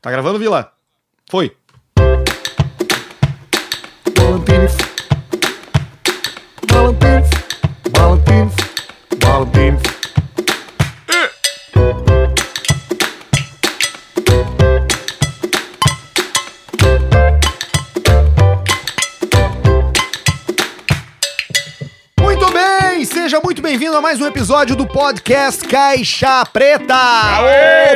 Tá gravando, Vila? Foi. Ball and beans. Ball and beans. Ball and beans. Ball and beans. Muito bem, seja muito bem-vindo a mais um episódio do podcast Caixa Preta.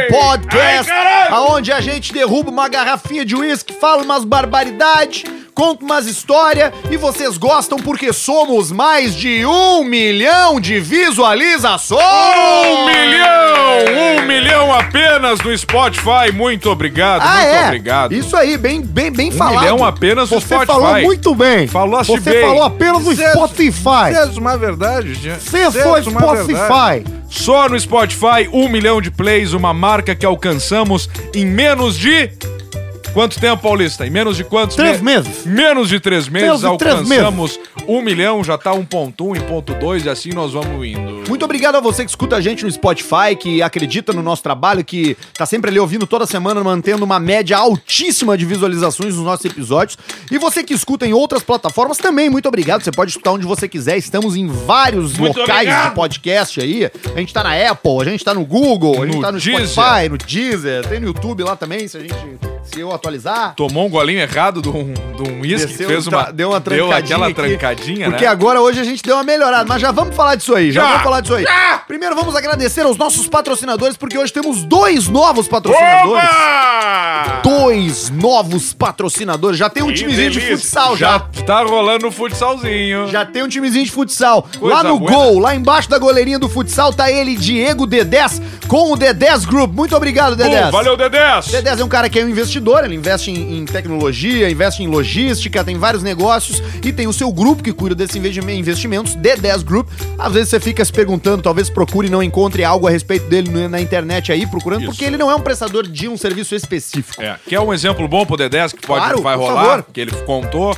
O podcast aonde a gente derruba uma garrafinha de uísque, fala umas barbaridades, conta umas histórias e vocês gostam porque somos mais de um milhão de visualizações. Um milhão! Um milhão apenas no Spotify. Muito obrigado, Ah, muito é? obrigado. Um Isso aí, bem, bem, bem falado. milhão apenas no Você Spotify. falou muito bem. Falaste Você bem. falou apenas no Disseste- Spotify. Disseste uma verdade, Jean. Você foi Disseste uma verdade. Spotify. Só no Spotify, um milhão de plays, uma marca que alcançamos em menos de. Quanto tempo, Paulista? Em menos de quantos Três me- meses. Menos de três meses de três meses. alcançamos um milhão, já tá 1.1, 1.2 e assim nós vamos indo. Muito obrigado a você que escuta a gente no Spotify, que acredita no nosso trabalho, que tá sempre ali ouvindo toda semana, mantendo uma média altíssima de visualizações nos nossos episódios. E você que escuta em outras plataformas também, muito obrigado. Você pode escutar onde você quiser. Estamos em vários Muito locais obrigado. de podcast aí. A gente tá na Apple, a gente tá no Google, a gente No tá no Deezer. Spotify, no Deezer, tem no YouTube lá também, se a gente se eu atualizar. Tomou um golinho errado de um de um uísque, Desceu, fez tá- uma. deu uma deu trancadinha aquela aqui, trancadinha, Porque né? agora hoje a gente deu uma melhorada, mas já vamos falar disso aí, já, Já! vamos falar disso aí. Primeiro vamos agradecer aos nossos patrocinadores, porque hoje temos dois novos patrocinadores. Oba! Dois novos patrocinadores. Já tem um Que timezinho de delícia. futsal já. já. Tá rolando um futsalzinho. tem um timezinho de futsal. Coisa lá no buena. gol, lá embaixo da goleirinha do futsal, tá ele, Diego D10, com o D10 Group. Muito obrigado, Bom, D10. valeu, D10. D10 é um cara que é um investidor, ele investe em, em tecnologia, investe em logística, tem vários negócios e tem o seu grupo que cuida desses investi- investimentos, D10 Group. Às vezes você fica se perguntando, talvez procure e não encontre algo a respeito dele no- na internet aí, procurando, Isso. porque ele não é um prestador de um serviço específico. É, que é um exemplo bom pro D10 que pode, Claro, vai por rolar, favor. que ele contou.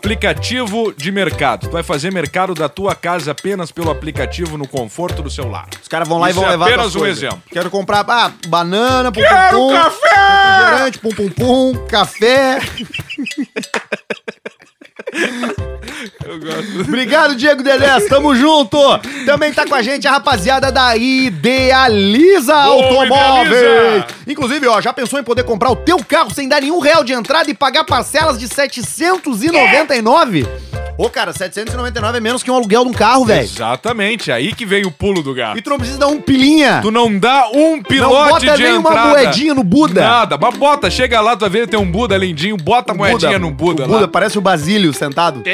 Aplicativo de mercado. Tu vai fazer mercado da tua casa apenas pelo aplicativo no conforto do seu lar. Os caras vão lá Isso e vão é levar apenas tuas um coisas. exemplo. Quero comprar ah, banana, pum, Quero pum, pum, café! refrigerante, pum pum pum, café. Eu gosto. Obrigado, Diego Delés. Tamo junto. Também tá com a gente a rapaziada da Idealiza Automóveis. Idealiza. Inclusive, ó, já pensou em poder comprar o teu carro sem dar nenhum real de entrada e pagar parcelas de 799? Ô, cara, 799 é menos que um aluguel de um carro, velho. Exatamente, é aí que vem o pulo do gato. E tu não precisa dar um pilinha. Tu não dá um pilote bota de nem uma entrada. moedinha no Buda. Nada, mas bota, chega lá, tu vai ver, tem um Buda lindinho, bota a moedinha no Buda, o lá. Buda parece o Basílio sentado. Tu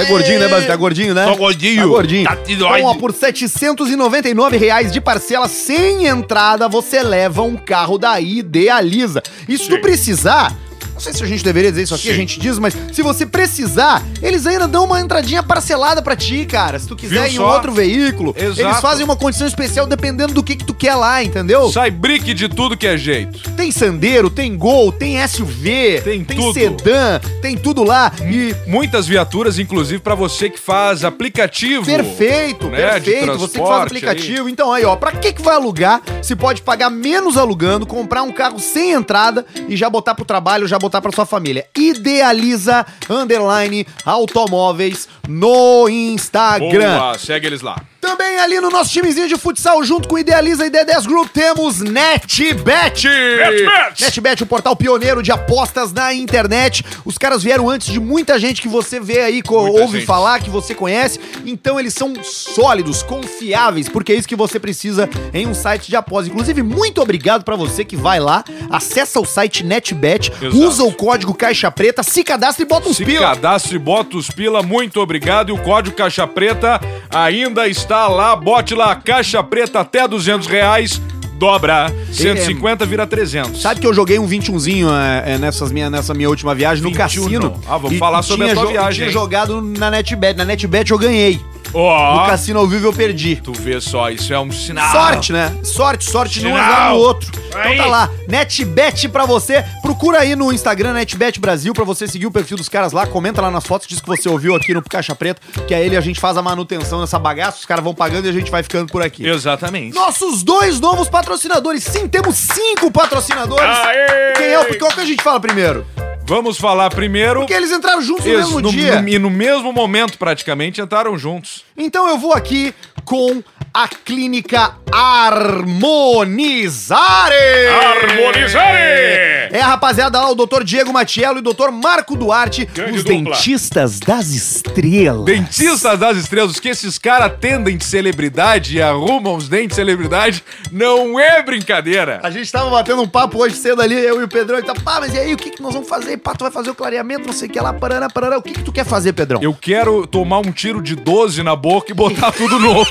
é gordinho, né, Basílio? Tá gordinho, né? Tô gordinho. Tá gordinho. Tá tiroide. então, ó, por R$ 799 reais de parcela sem entrada, você leva um carro da Idealiza. E se tu precisar... Não sei se a gente deveria dizer isso aqui, a Sim. gente diz, mas se você precisar, eles ainda dão uma entradinha parcelada pra ti, cara. Se tu quiser Viu ir em um só? outro veículo, Exato. eles fazem uma condição especial dependendo do que que tu quer lá, entendeu? Sai brique de tudo que é jeito. Tem Sandero, tem Gol, tem SUV, Tem tudo. sedã, tem tudo lá e Muitas viaturas, inclusive pra você que faz aplicativo. Perfeito, Hum, né, perfeito. de Você que faz transporte aplicativo. Então aí, ó, pra que que vai alugar? Se pode pagar menos alugando, comprar um carro sem entrada e já botar pro trabalho, já botar pra sua família. Idealiza underline automóveis no Instagram. Boa, segue eles lá. Também ali no nosso timezinho de futsal, junto com Idealiza e D10 Group, temos NetBet. NetBet. NetBet, o portal pioneiro de apostas na internet. Os caras vieram antes de muita gente que você vê aí, co- Muita ouve gente. falar, que você conhece. Então eles são sólidos, confiáveis, porque é isso que você precisa em um site de apostas. Inclusive, muito obrigado pra você que vai lá, acessa o site NetBet, Exato. usa o código Caixa Preta, se cadastra e bota uns Se pila. cadastre, bota os pila, muito obrigado. E o código Caixa Preta ainda está lá. Bote lá, Caixa Preta até 200 reais, dobra. 150 vira 300. Sabe que eu joguei um 21zinho é, é, nessas minha, nessa minha última viagem no 21. cassino. Ah, vamos E falar sobre tinha a tua jo- viagem, Tinha hein? jogado na NetBet. Na NetBet eu ganhei. No Ó, cassino ao vivo eu perdi. tu vê só, isso é um sinal. Sorte, né? Sorte, sorte de um Sinal. azar no outro. Então Aí. tá lá, NetBet pra você. Procura aí no Instagram, NetBet Brasil, pra você seguir o perfil dos caras lá. Comenta lá nas fotos, diz que você ouviu aqui no Caixa Preta, que aí ele a gente faz a manutenção dessa bagaça, os caras vão pagando e a gente vai ficando por aqui. Exatamente. Nossos dois novos patrocinadores. Sim, temos cinco patrocinadores. Aê! Quem é o porque qual que a gente fala primeiro? Vamos falar primeiro. Porque eles entraram juntos no Isso, mesmo no- dia. no- e no mesmo momento, praticamente, entraram juntos. Então eu vou aqui com a clínica Harmonizare. Harmonizare! É a rapaziada lá, o doutor Diego Matiello e o doutor Marco Duarte, Grande os dupla. dentistas das estrelas. Dentistas das estrelas, que esses caras atendem de celebridade e arrumam os dentes de celebridade, não é brincadeira. A gente tava batendo um papo hoje cedo ali, eu e o Pedrão, ele tá, pá, mas e aí, o que que nós vamos fazer? Pá, tu vai fazer o clareamento, não sei o que lá, parará, parará. O que que tu quer fazer, Pedrão? Eu quero tomar um tiro de 12 na boca e botar tudo novo.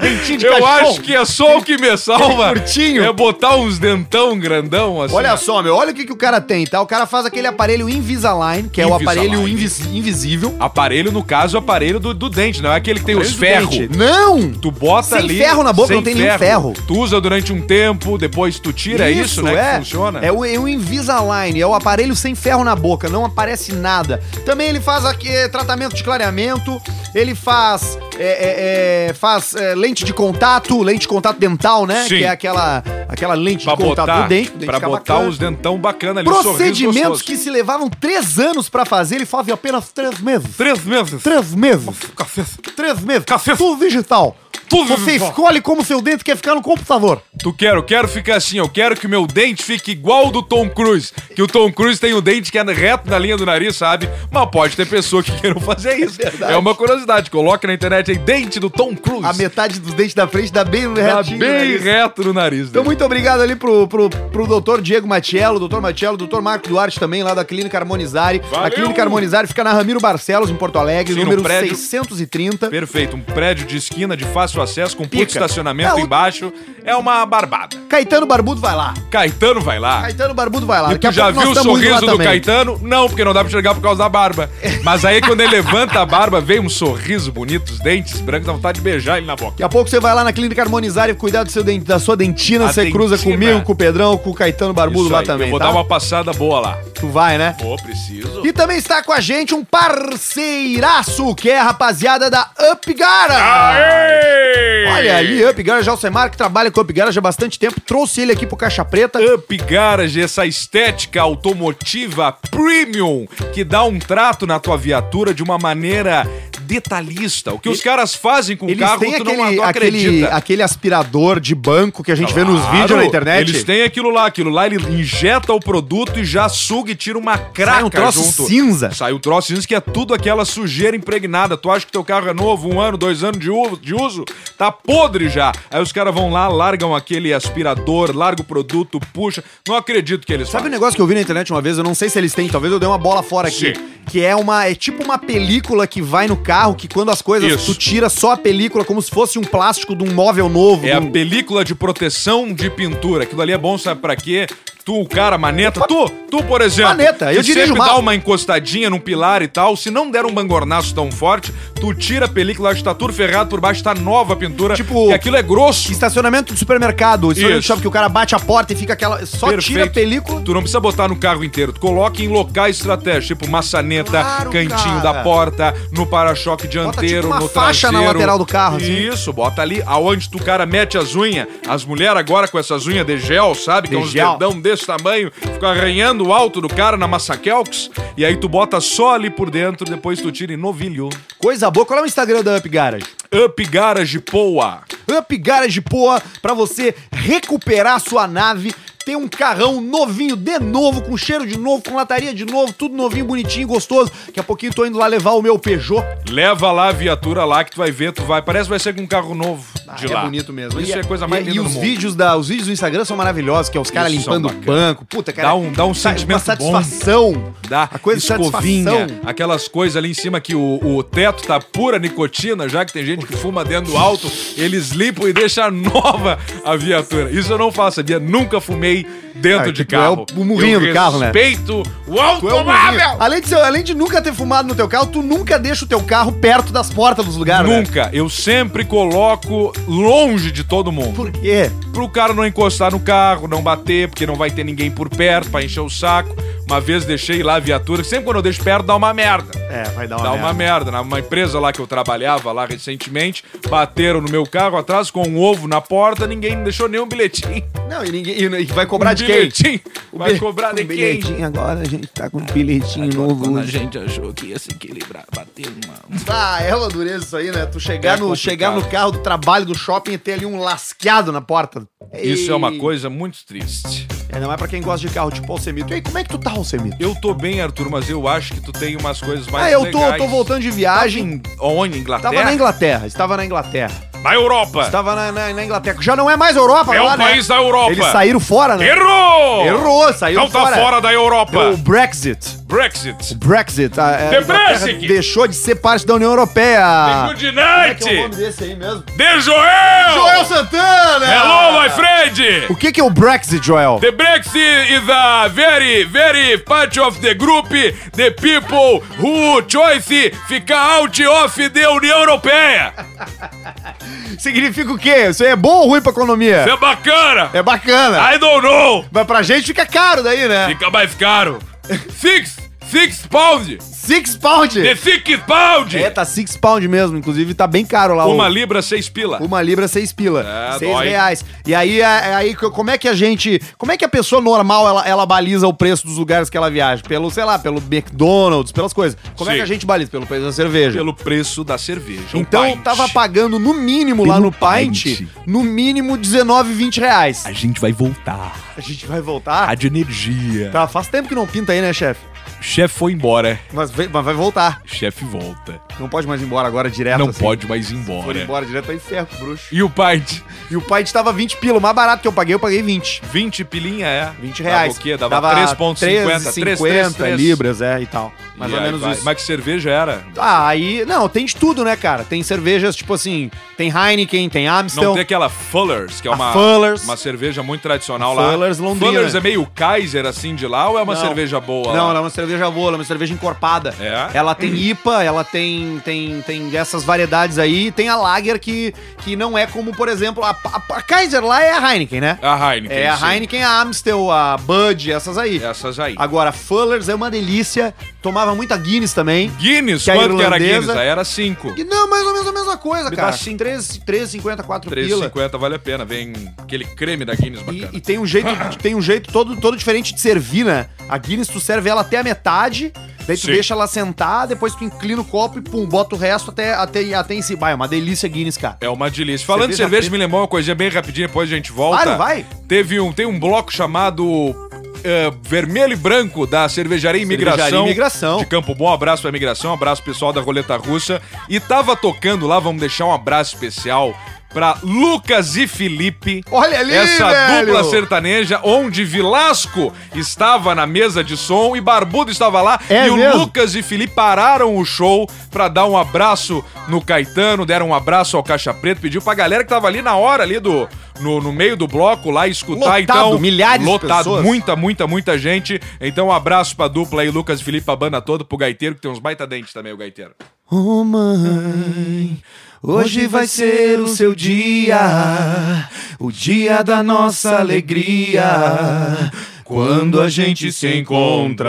Dentinho de Eu cachorro. acho que é só o que me salva. Curtinho. É botar uns dentão grandão assim. Olha só, meu, olha o que, que o cara tem, tá? O cara faz aquele aparelho Invisalign, que é o Invisalign. aparelho invis- invisível. Aparelho, no caso, o aparelho do, do dente, não é aquele que tem os Aparelho ferros. do dente. Não! Tu bota Sem ali. ferro na boca, não tem nenhum ferro. Tu usa durante um tempo, depois tu tira, é isso, né? é. Que funciona. É o, é o Invisalign, é o aparelho sem ferro na boca, não aparece nada. Também ele faz aqui, é, tratamento de clareamento, ele faz, é, é, é, faz é, lente de contato, lente de contato dental, né? Sim. Que é aquela, aquela lente pra de contato botar, do dente. pro dente pra ficar botar bacana. os dentão bacana ali, um sorriso Procedimentos gostoso. que se levavam três anos pra fazer, ele faz em apenas três meses. Três meses. Três meses. Cacete. Três meses. Cacete. Tudo digital. Tudo Você digital. escolhe como seu dente quer ficar no computador. Tu quero, quero ficar assim, eu quero que o meu dente fique igual ao do Tom Cruise. Que o Tom Cruise tem o dente que é reto na linha do nariz, sabe? Mas pode ter pessoa que queiram fazer isso. verdade. É, uma curiosidade. Coloca na internet aí, dente do Tom Cruise. A metade dos dentes da frente dá bem Tá retinho. no bem nariz. reto no nariz Então, dele. muito obrigado ali pro, pro, pro doutor Diego Matiello, doutor Matiello, doutor Marco Duarte também, lá da Clínica Harmonizare. A Valeu! Clínica Harmonizare fica na Ramiro Barcelos, em Porto Alegre, Sim, no número prédio. 630. Perfeito, um prédio de esquina de fácil acesso, com puto Pica. estacionamento É, o- embaixo. É uma barbada. Caetano Barbudo vai lá. Caetano vai lá. Caetano Barbudo vai lá. E Daqui a tu já pouco viu o nós tamo indo lá sorriso do também. Caetano? Não, porque não dá pra enxergar por causa da barba. Mas aí quando ele levanta a barba, vem um sorriso bonito, os dentes brancos, dá vontade de beijar ele na boca. Daqui a pouco você vai lá na Clínica Harmonizare cuidar do seu dente, da sua dentina, A você cruza dentina. comigo, com o Pedrão, com o Caetano Barbudo Isso lá aí, também, Eu vou tá? dar uma passada boa lá. Tu vai, né? Pô, preciso. E também está com a gente um parceiraço, que é a rapaziada da Upgara. Aê! Olha ali, Up Garage Alcemar, que trabalha com Up Garage há bastante tempo, trouxe ele aqui pro Caixa Preta. Up Garage, essa estética automotiva premium que dá um trato na tua viatura de uma maneira detalhista. O que os caras fazem com o Eles carro, têm tu não, aquele, aquele, não acredita. aquele aspirador de banco que a gente vê nos Claro, vídeos na internet. Eles têm aquilo lá, aquilo lá, ele injeta o produto e já suga e tira uma craca Sai um troço junto. cinza. Sai um troço cinza que é tudo aquela sujeira impregnada. Tu acha que teu carro é novo, um ano, dois anos de uso, de uso? Tá podre já. Aí os caras vão lá, largam aquele aspirador, larga o produto, puxa. Não acredito que eles Sabe um fazem. negócio que eu vi na internet uma vez? Eu não sei se eles têm, talvez eu dei uma bola fora aqui. Sim. Que é uma. É tipo uma película que vai no carro, que quando as coisas. Isso. Tu tira só a película como se fosse um plástico de um móvel novo. É a de um- película de proteção de pintura. Aquilo ali é bom, sabe pra quê? Tu, o cara, maneta, tu, tu, por exemplo, Maneta, eu que dirijo sempre mal. dá uma encostadinha num pilar e tal, se não der um bangornaço tão forte, tu tira a película, acho que tá tudo ferrado, por baixo tá nova pintura, Tipo- e aquilo é grosso. Estacionamento do supermercado, estacionamento do Isso. shopping que o cara bate a porta e fica aquela. Só tira a Perfeito. película. Tu não precisa botar no carro inteiro, tu coloca em locais estratégicos, tipo maçaneta, Claro, cantinho cara. da porta, no para-choque tipo, dianteiro, uma no faixa traseiro. na lateral do carro, assim. Isso, bota ali aonde tu cara mete as unhas. As mulheres agora com essas unhas de gel, sabe? Que é De uns gel. dedão desse tamanho, fica arranhando o alto do cara na maçaquelcos, e aí tu bota só ali por dentro, depois tu tira em novilho. Coisa boa. Qual é o Instagram da Up Garage? Up Garage Poa. Up Garage Poa pra você recuperar sua nave. Tem um carrão novinho de novo, com cheiro de novo, com lataria de novo, tudo novinho, bonitinho, gostoso. Daqui a pouquinho tô indo lá levar o meu Peugeot. Leva lá a viatura lá que tu vai ver, tu vai. Parece que vai ser com um carro novo de é lá. bonito mesmo. Isso E- é a coisa mais e, linda e do os mundo. vídeos da, os vídeos do Instagram são maravilhosos, que é os caras Isso, são limpando o bacana. banco. Puta, cara. Dá um- dá um sa- sentimento Uma satisfação. da A coisa de escovinha, satisfação. aquelas coisas ali em cima que o, o teto tá pura nicotina, já que tem gente que fuma dentro do alto, eles limpam e deixam nova a viatura. Isso eu não faço, sabia? Nunca fumei dentro Ah, de tu é carro. o- o murrinho do carro, né? Respeito o Tu é um automóvel! novinho. além, de, ser- além de nunca ter fumado no teu carro, tu nunca deixa o teu carro perto das portas dos lugares. Né? Nunca, eu sempre coloco longe de todo mundo. Por quê? pro cara não encostar no carro, não bater, porque não vai ter ninguém por perto pra encher o saco. Uma vez deixei lá a viatura, que sempre quando eu deixo perto dá uma merda. É, vai dar uma Dá uma merda. merda. Na uma empresa lá que eu trabalhava lá recentemente, bateram no meu carro atrás com um ovo na porta, ninguém me deixou nenhum bilhetinho. Não, e ninguém. e- E vai cobrar Um de quem? bilhetinho. Vai bi- cobrar de um quem? bilhetinho Agora a gente tá com um bilhetinho novo. gente achou que ia se equilibrar, bater uma. Ah, é uma dureza isso aí, né? Tu chegar, né? É no, complicado. chegar no carro do trabalho, do shopping e ter ali um lasqueado na porta. Isso é uma Ei. coisa muito triste. É, não é pra quem gosta de carro, tipo Alcemito. E aí, como é que tu tá, Alcemito? Eu tô bem, Arthur, mas eu acho que tu tem umas coisas mais. Ah, eu tô, legais. tô voltando de viagem. Tá Em- Tá. Onde? Inglaterra? Tava na Inglaterra, estava na Inglaterra. Na Europa. Estava na, na- na Inglaterra. Já não é mais Europa, É lá, um né? país da Europa. Eles saíram fora, né? Errou! Errou, saíram Então tá fora. da Deu Europa. O Brexit. Brexit. Brexit. A, a The Inglaterra Brexit. Deixou de ser parte da União Europeia. Good Como é night. que é o nome desse aí mesmo? De Joel. Joel Santana! Hello, my friend. O que que é o Brexit, Joel? The Brexit is a very, very part of the group, the people who choice ficar out of the União Europeia. Significa o quê? Isso aí é bom ou ruim pra economia? Isso é bacana. É bacana. I don't know. Mas pra gente fica caro daí, né? Fica mais caro. Six, six pound. Six pound. The six pound. É, tá six pound mesmo. Inclusive, tá bem caro lá. o- Uma libra, seis pila. Uma libra, seis pila. É, seis dói. reais. E aí, a- aí, co- como é que a gente. Como é que a pessoa normal ela, ela baliza o preço dos lugares que ela viaja? Pelo, sei lá, pelo McDonald's, pelas coisas. Como é Sim. que a gente baliza? Pelo preço da cerveja. Pelo preço da cerveja. um Então, pint. tava pagando no mínimo lá no Pint, no mínimo 19, 20 reais. A gente vai voltar. A gente vai voltar? A de energia. Ah. Tá, faz tempo que não pinta aí, né, chefe? O chefe foi embora. Mas, vem- mas vai voltar. O chefe volta. Não pode mais ir embora agora direto. Não assim. pode né? mais ir Foi embora. embora direto aí, ferro, bruxo. E o pint? E o Pint tava 20 pila. O mais barato que eu paguei, eu paguei 20. 20 pilinha é? 20 Dava reais. o quê? Dava 3,50. 3,50 libras, é, e tal. Mais E ou aí menos vai. isso. Mas que cerveja era? Ah, aí... Não, tem de tudo, né, cara? Tem cervejas, tipo assim... Tem Heineken, tem Não Amstel. tem aquela Fullers, que é então. A uma, Fullers. uma cerveja muito tradicional lá. Fullers Londrina. Fullers é meio Kaiser assim de lá ou é uma Não. cerveja boa? Não, lá? ela é uma cerveja boa, ela é uma cerveja encorpada. É? Ela tem IPA, ela tem, tem, tem essas variedades aí. Tem a Lager, que, que não é como, por exemplo... A, a- a Kaiser lá é a Heineken, né? A Heineken. É Ah, sim. assim. a Heineken, a Amstel, a Bud, essas aí. Essas aí. Agora, Fullers é uma delícia. Tomava muita Guinness também. Guinness, que a quanto que era irlandesa- Guinness? Aí era 5. E não, mais ou menos a mesma coisa, Me cara. dá cinco. 3, 3,50, 4 é pila. 3,50 vale a pena. Vem aquele creme da Guinness bacana. E, e tem um jeito, tem um jeito todo, todo diferente de servir, né? A Guinness, tu serve ela até a metade, daí tu Sim. deixa ela sentar, depois tu inclina o copo e pum, bota o resto até, até, até em cima. Ah, É uma delícia Guinness, cara. É uma delícia. Falando de Cerveja cerveja, preta. me lembrou uma coisinha bem rapidinha, depois a gente volta. Claro, vai. Teve um, tem um bloco chamado eh, Vermelho e Branco da Cervejaria Imigração. Cervejaria Imigração. De Campo Bom, Um abraço pra Imigração, abraço pessoal da Roleta Russa. E tava tocando lá, vamos deixar um abraço especial pra Lucas e Felipe. Olha ali, Essa velho! dupla sertaneja, onde Vilasco estava na mesa de som e Barbudo estava lá. É e o mesmo? Lucas e Felipe pararam o show pra dar um abraço no Caetano, deram um abraço ao Caixa Preto, pediu pra galera que tava ali na hora, ali do. No, no meio do bloco lá escutar Lotado, então milhares de lotado pessoas. muita muita muita gente então um abraço pra dupla aí Lucas e Felipe pra banda toda pro gaiteiro que tem uns baita dentes também o gaiteiro Ô mãe, hoje vai ser o seu dia, o dia da nossa alegria, quando a gente se É, encontra.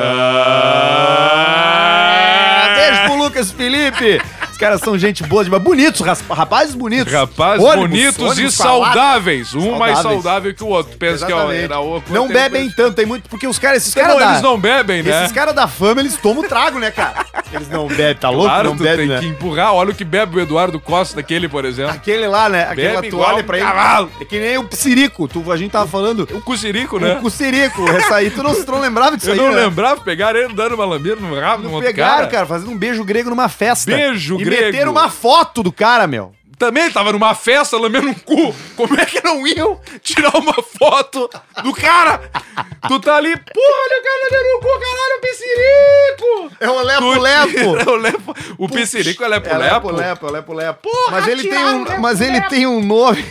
É, Beijo pro Lucas e Felipe. Os caras são gente boa demais, bonitos, ras- rapazes bonitos. Rapazes Ônibus, bonitos ônibus e pra lá. saudáveis. Um mais Saudáveis. saudável que o outro. Pensa Exatamente. que é o- era o outro. Não tem- bebem tanto, tem muito, porque os caras, esses Não, caras eles não bebem, né? Esses caras da fama, eles tomam trago, né, cara? Eles não bebem, tá louco? Claro, não tu bebem, tem né? que empurrar. Olha o que bebe o Eduardo Costa, aquele, por exemplo. Aquele lá, né? Aquela Bebe igual toalha um pra ele. cavalo. É que nem o psirico. Tu, a gente tava falando. O Cusirico, né? O psirico. Essa aí, tu não, tu não lembrava disso Eu Um aí, não né? lembrava, pegaram ele dando uma lambida no rabo no outro Pegaram, cara. cara. fazendo um beijo grego numa festa. Beijo e E grego. meteram uma foto do cara, meu. Também ele tava numa festa lambendo um cu. Como é que não iam tirar uma foto do cara? Tu tá ali, porra, olha o cara lambendo um cu, caralho, o Pissirico! É o Tu- lepo-lepo. É o lepo. O Pissirico é É lepo-lepo. lepo-lepo, é lepo-lepo. Mas ele tem um, mas ele tem um nome.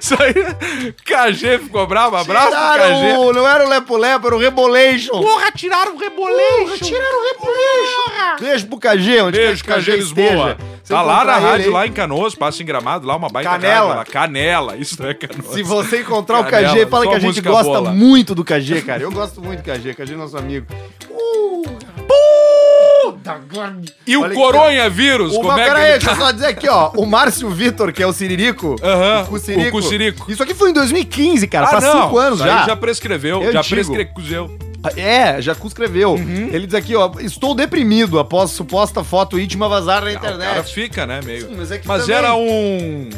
Isso aí. KG ficou bravo, abraço pro KG. Tiraram o, não era o lepo-lepo, era o rebolation. Porra, tiraram o reboleixo. Beijo pro KG, onde Beijo, quer que o KG Lisboa. esteja. você Tá lá na encontrar ele rádio, aí. lá em Canoas, passa em Gramado, lá uma baita Canela. rádio lá. Canela, isso não é Canoas. Se você encontrar Canela, o KG, fala só que a gente música gosta boa lá. muito do KG, cara. Eu gosto muito do KG, KG é nosso amigo. Uh, puta grande. E o Olha aqui, coronavírus, O como Mar... é que Peraí, ele deixa eu só dizer aqui, ó. O Márcio Vitor, que é o Siririco. Aham, o Cucirico. o Cucirico. Isso aqui foi em 2015, cara. Faz Ah, não, cinco anos isso aí já. já prescreveu, É já antigo. prescreveu. É, já escreveu. Uhum. Ele diz aqui, ó. Estou deprimido após suposta foto íntima vazar na O cara internet. fica, né, meio. Sim, mas é que mas também- era um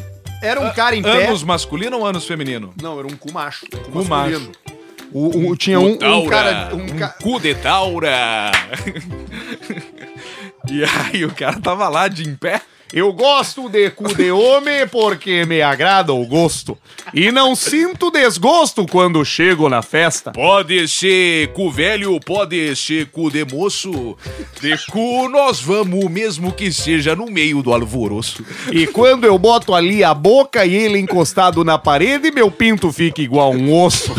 Era um cara em pé. anos masculino ou anos feminino? Não, era um cu macho. Um Cu masculino. macho. O, o- tinha um, um cara. Um ca- cu de taura. e aí o cara tava lá de em pé. Eu gosto de cu de homem porque me agrada o gosto. E não sinto desgosto quando chego na festa. Pode ser cu velho, pode ser cu de moço. De cu nós vamos, mesmo que seja no meio do alvoroço. E quando eu boto ali a boca e ele encostado na parede, meu pinto fica igual um osso.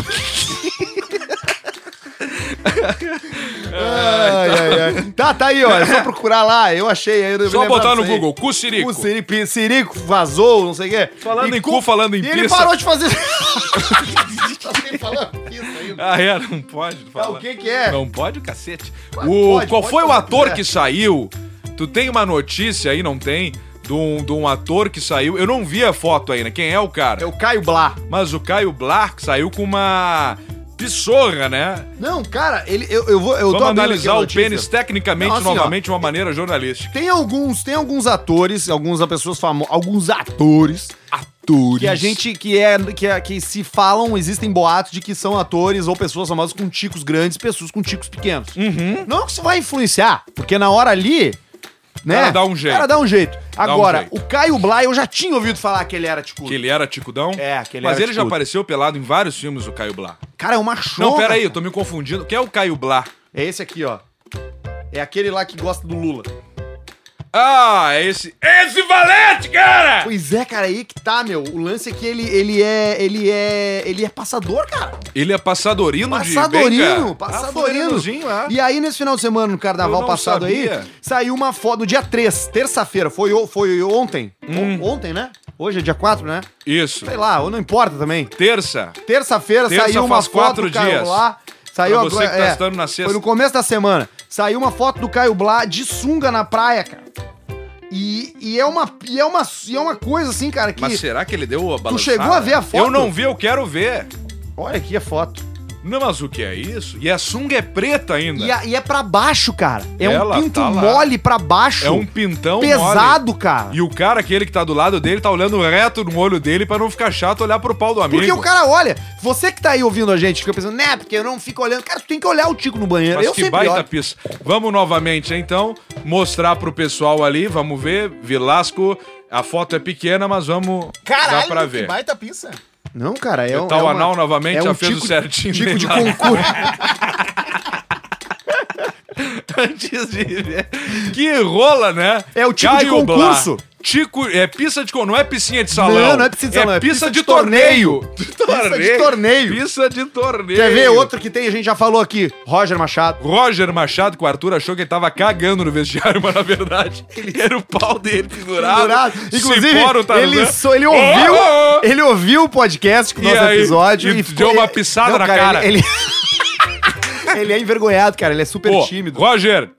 Ai, ai, ai. Tá, tá aí, ó. É só procurar lá. Eu achei aí. eu Só me lembro botar no disso aí. Google, cu sirico. O Sirico, Sirico vazou, não sei o quê. Falando em cu, falando em E ele pista. parou de fazer. Tá sem falar pista ainda. Ah, é, não pode falar. o que que é? Não pode, cacete. Mas O, pode, qual pode foi o falar ator que é. que saiu? Tu tem uma notícia aí, não tem? De um, de um ator que saiu. Eu não vi a foto ainda. Quem é o cara? É o Caio Blá. Mas o Caio Blark saiu com uma pissorra, né? Não, cara, ele, eu, eu vou. Eu Vamos abrindo analisar aqui a o notícia. pênis tecnicamente, Não, assim, ó. novamente, de uma maneira jornalística. Tem alguns, tem alguns atores, algumas pessoas famosas, alguns atores Atores. que a gente que é que, é- que se falam, existem boatos de que são atores ou pessoas famosas com ticos grandes, pessoas com ticos pequenos. Não que isso vai influenciar, porque na hora ali, né? Cara, dá um jeito. Cara, dá um jeito. Agora, jeito. o Caio Blá, eu já tinha ouvido falar que ele era ticudo. Que ele era ticudão? É, que ele Mas era ele já ticudo. apareceu pelado em vários filmes, o Caio Blark. Cara, é uma chonga. Não, peraí, eu tô me confundindo. Quem é o Caio Blark? É esse aqui, ó. É aquele lá que gosta do Lula. Ah, é esse. Esse valete, cara! Pois é, cara, aí que tá, meu. O lance é que ele, ele é. Ele é. Ele é passador, cara. Ele é passadorino, de Ah, Passadorino, passadorino. Benga? Passadorinozinho lá. E aí, nesse final de semana, no é. Eu carnaval não passado aí, sabia. saiu uma foto do dia 3, terça-feira. Foi, o- foi ontem. Hum. O- Ontem, né? Hoje é dia 4, né? Isso. Sei lá, ou não importa também. Terça. Terça-feira Terça saiu uma faz foto quatro do Caio dias. Blá. Saiu Pra você agora. que tá é, estando na sexta. Foi no começo da semana. Saiu uma foto do Caio Blá de sunga na praia, cara. E, e é, uma, e, é, uma, e é uma coisa assim, cara, que. Mas será que ele deu a balançada? chegou a ver a foto? Eu não vi, eu quero ver. Olha aqui a foto. Não, mas o que é isso? E a sunga é preta ainda. E, a- e é pra baixo, cara. É Ela um pinto tá lá. mole pra baixo. É um pintão pesado, mole. cara. E o cara, aquele que tá do lado dele, tá olhando reto no olho dele pra não ficar chato olhar pro pau do amigo. Porque o cara olha, você que tá aí ouvindo a gente, fica pensando, né, porque eu não fico olhando. Cara, tu tem que olhar o tico no banheiro. Mas eu que sempre baita olho. pista. Vamos novamente, então, mostrar pro pessoal ali. Vamos ver. Vilasco, a foto é pequena, mas vamos dar pra ver. baita pizza. Não, cara, é um. Tá é o uma- anal novamente, é já um fez tico- o certinho Tico de dele lá. concurso. antes de ver. Que rola, né? É o tipo de Caio Blá. concurso. Tico, é pista de con- não é piscinha de salão. Não, não é piscina de salão, é, é pista, pista de, de torneio. Pista de torneio. Pista de torneio. Quer ver outro que tem? A gente já falou aqui. Roger Machado. Roger Machado, que o Arthur achou que ele tava cagando no vestiário, mas na verdade ele era o pau dele pendurado. um Pendurado. Inclusive, Cipó no Tarzan. ele, so- ele ouviu. Oh, oh, oh. Ele ouviu o podcast com o E nosso aí? episódio. E deu uma pisada na cara. Ele, ele... ele é envergonhado, cara. Ele é super Pô, tímido. Roger,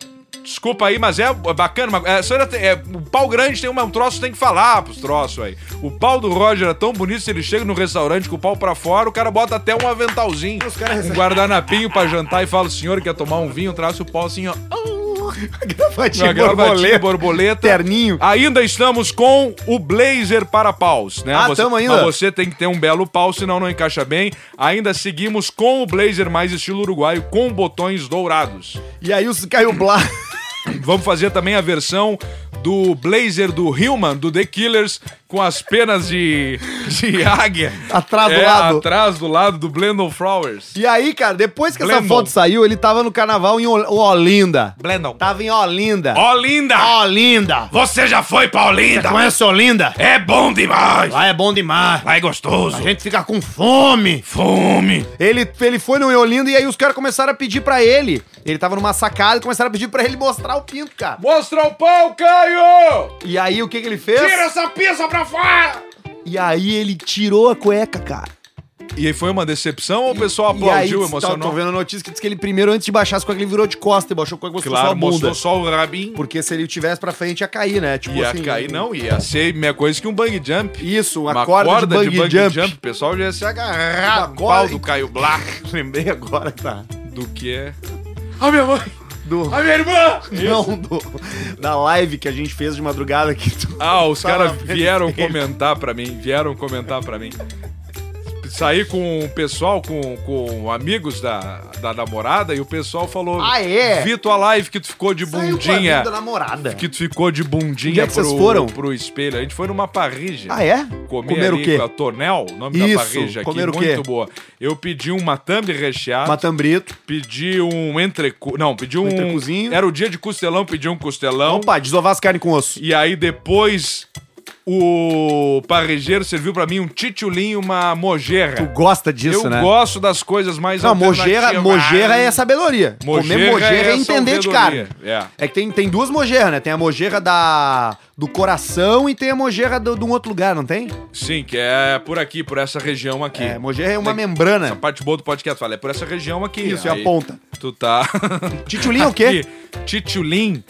desculpa aí, mas é bacana. Mas é, a senhora tem- é, o pau grande tem uma- um troço, tem que falar pros troços aí. O pau do Roger é tão bonito, se ele chega no restaurante com o pau pra fora, o cara bota até um aventalzinho, um guardanapinho pra jantar e fala, o senhor quer tomar um vinho, traz o pau assim, ó. gravatinha, Uma gravatinha, borboleta. borboleta. Terninho. Ainda estamos com o blazer para paus, né? Ah, você, tamo ainda. Mas você tem que ter um belo pau, senão não encaixa bem. Ainda seguimos com o blazer mais estilo uruguaio, com botões dourados. E aí o Caio Blá. Vamos fazer também a versão do blazer do Hillman, do The Killers, com as penas de, de águia. Atrás do É, lado. Atrás do lado do Blendon Flowers. E aí, cara, depois que essa Blendon. foto saiu, ele tava no carnaval em Ol- Olinda. Blendon. Tava em Olinda. Olinda! Olinda! Você já foi pra Olinda? Conhece Olinda? É bom demais! Lá é bom demais. Lá é gostoso. A gente fica com fome. Fome! Ele, ele foi no Olinda e aí os caras começaram a pedir pra ele. Ele tava numa sacada e começaram a pedir pra ele mostrar o pinto, cara. Mostra o pau, Caio! E aí o que que ele fez? essa pizza pra fora! E aí ele tirou a cueca, cara. E aí foi uma decepção ou o pessoal e aí, aplaudiu, Tô, emocionou? tô vendo a notícia que diz que ele primeiro, antes de baixar as cuecas, ele virou de costa e baixou a cueca, mostrou só a Claro, bunda. mostrou só o rabinho. Porque se ele tivesse pra frente, ia cair, né? Tipo Ia assim, cair, não, ia ser a mesma coisa que um bang jump. Isso, uma, Uma corda, de bungee jump. O pessoal já ia se Um agarrar Uma no corda- pau do Caio Black Lembrei agora, tá? do que é... A minha mãe! Do... A minha irmã! Não, do... Da live que a gente fez de madrugada que tu... Ah, os Tava caras vendo vieram ele. comentar pra mim, vieram comentar pra mim. Saí com o pessoal, com, com amigos da, da namorada, e o pessoal falou: Ah, é? Vitor, a live que tu ficou de Saiu com a vida bundinha. da namorada. Que tu ficou Onde de é bundinha que vocês foram? pro espelho. A gente foi numa parrija. Ah, é? Comer Comeram ali o quê? com A Tornel, o nome Isso, da parrija aqui, comeram o muito quê? boa. Eu pedi um matambre recheado, Matambrito. pedi um entrecu... Não, pedi um... entrecozinho. Era o dia de costelão, pedi um costelão. Opa, Então, desovar as carnes com osso. E aí depois o parregeiro serviu pra mim um titiulinho e uma Tu mojerra. gosta disso, Eu né? gosto das coisas mais Não, mojeira, alternativas. mojeira é sabedoria. Comer Mojeira mojeira é, é entender de cara. sabedoria, é. É que tem, tem duas mojeras, né? Tem a mojeira da, do coração e tem a mojeira do- de um outro lugar, não tem? Sim, que é por aqui, por essa região aqui. É, mojeira é uma Tem- Essa membrana. parte boa do podcast fala, é por essa região aqui. Isso, é Aí a ponta. Tu tá... Titiulim é o quê? Aqui, Titiulim,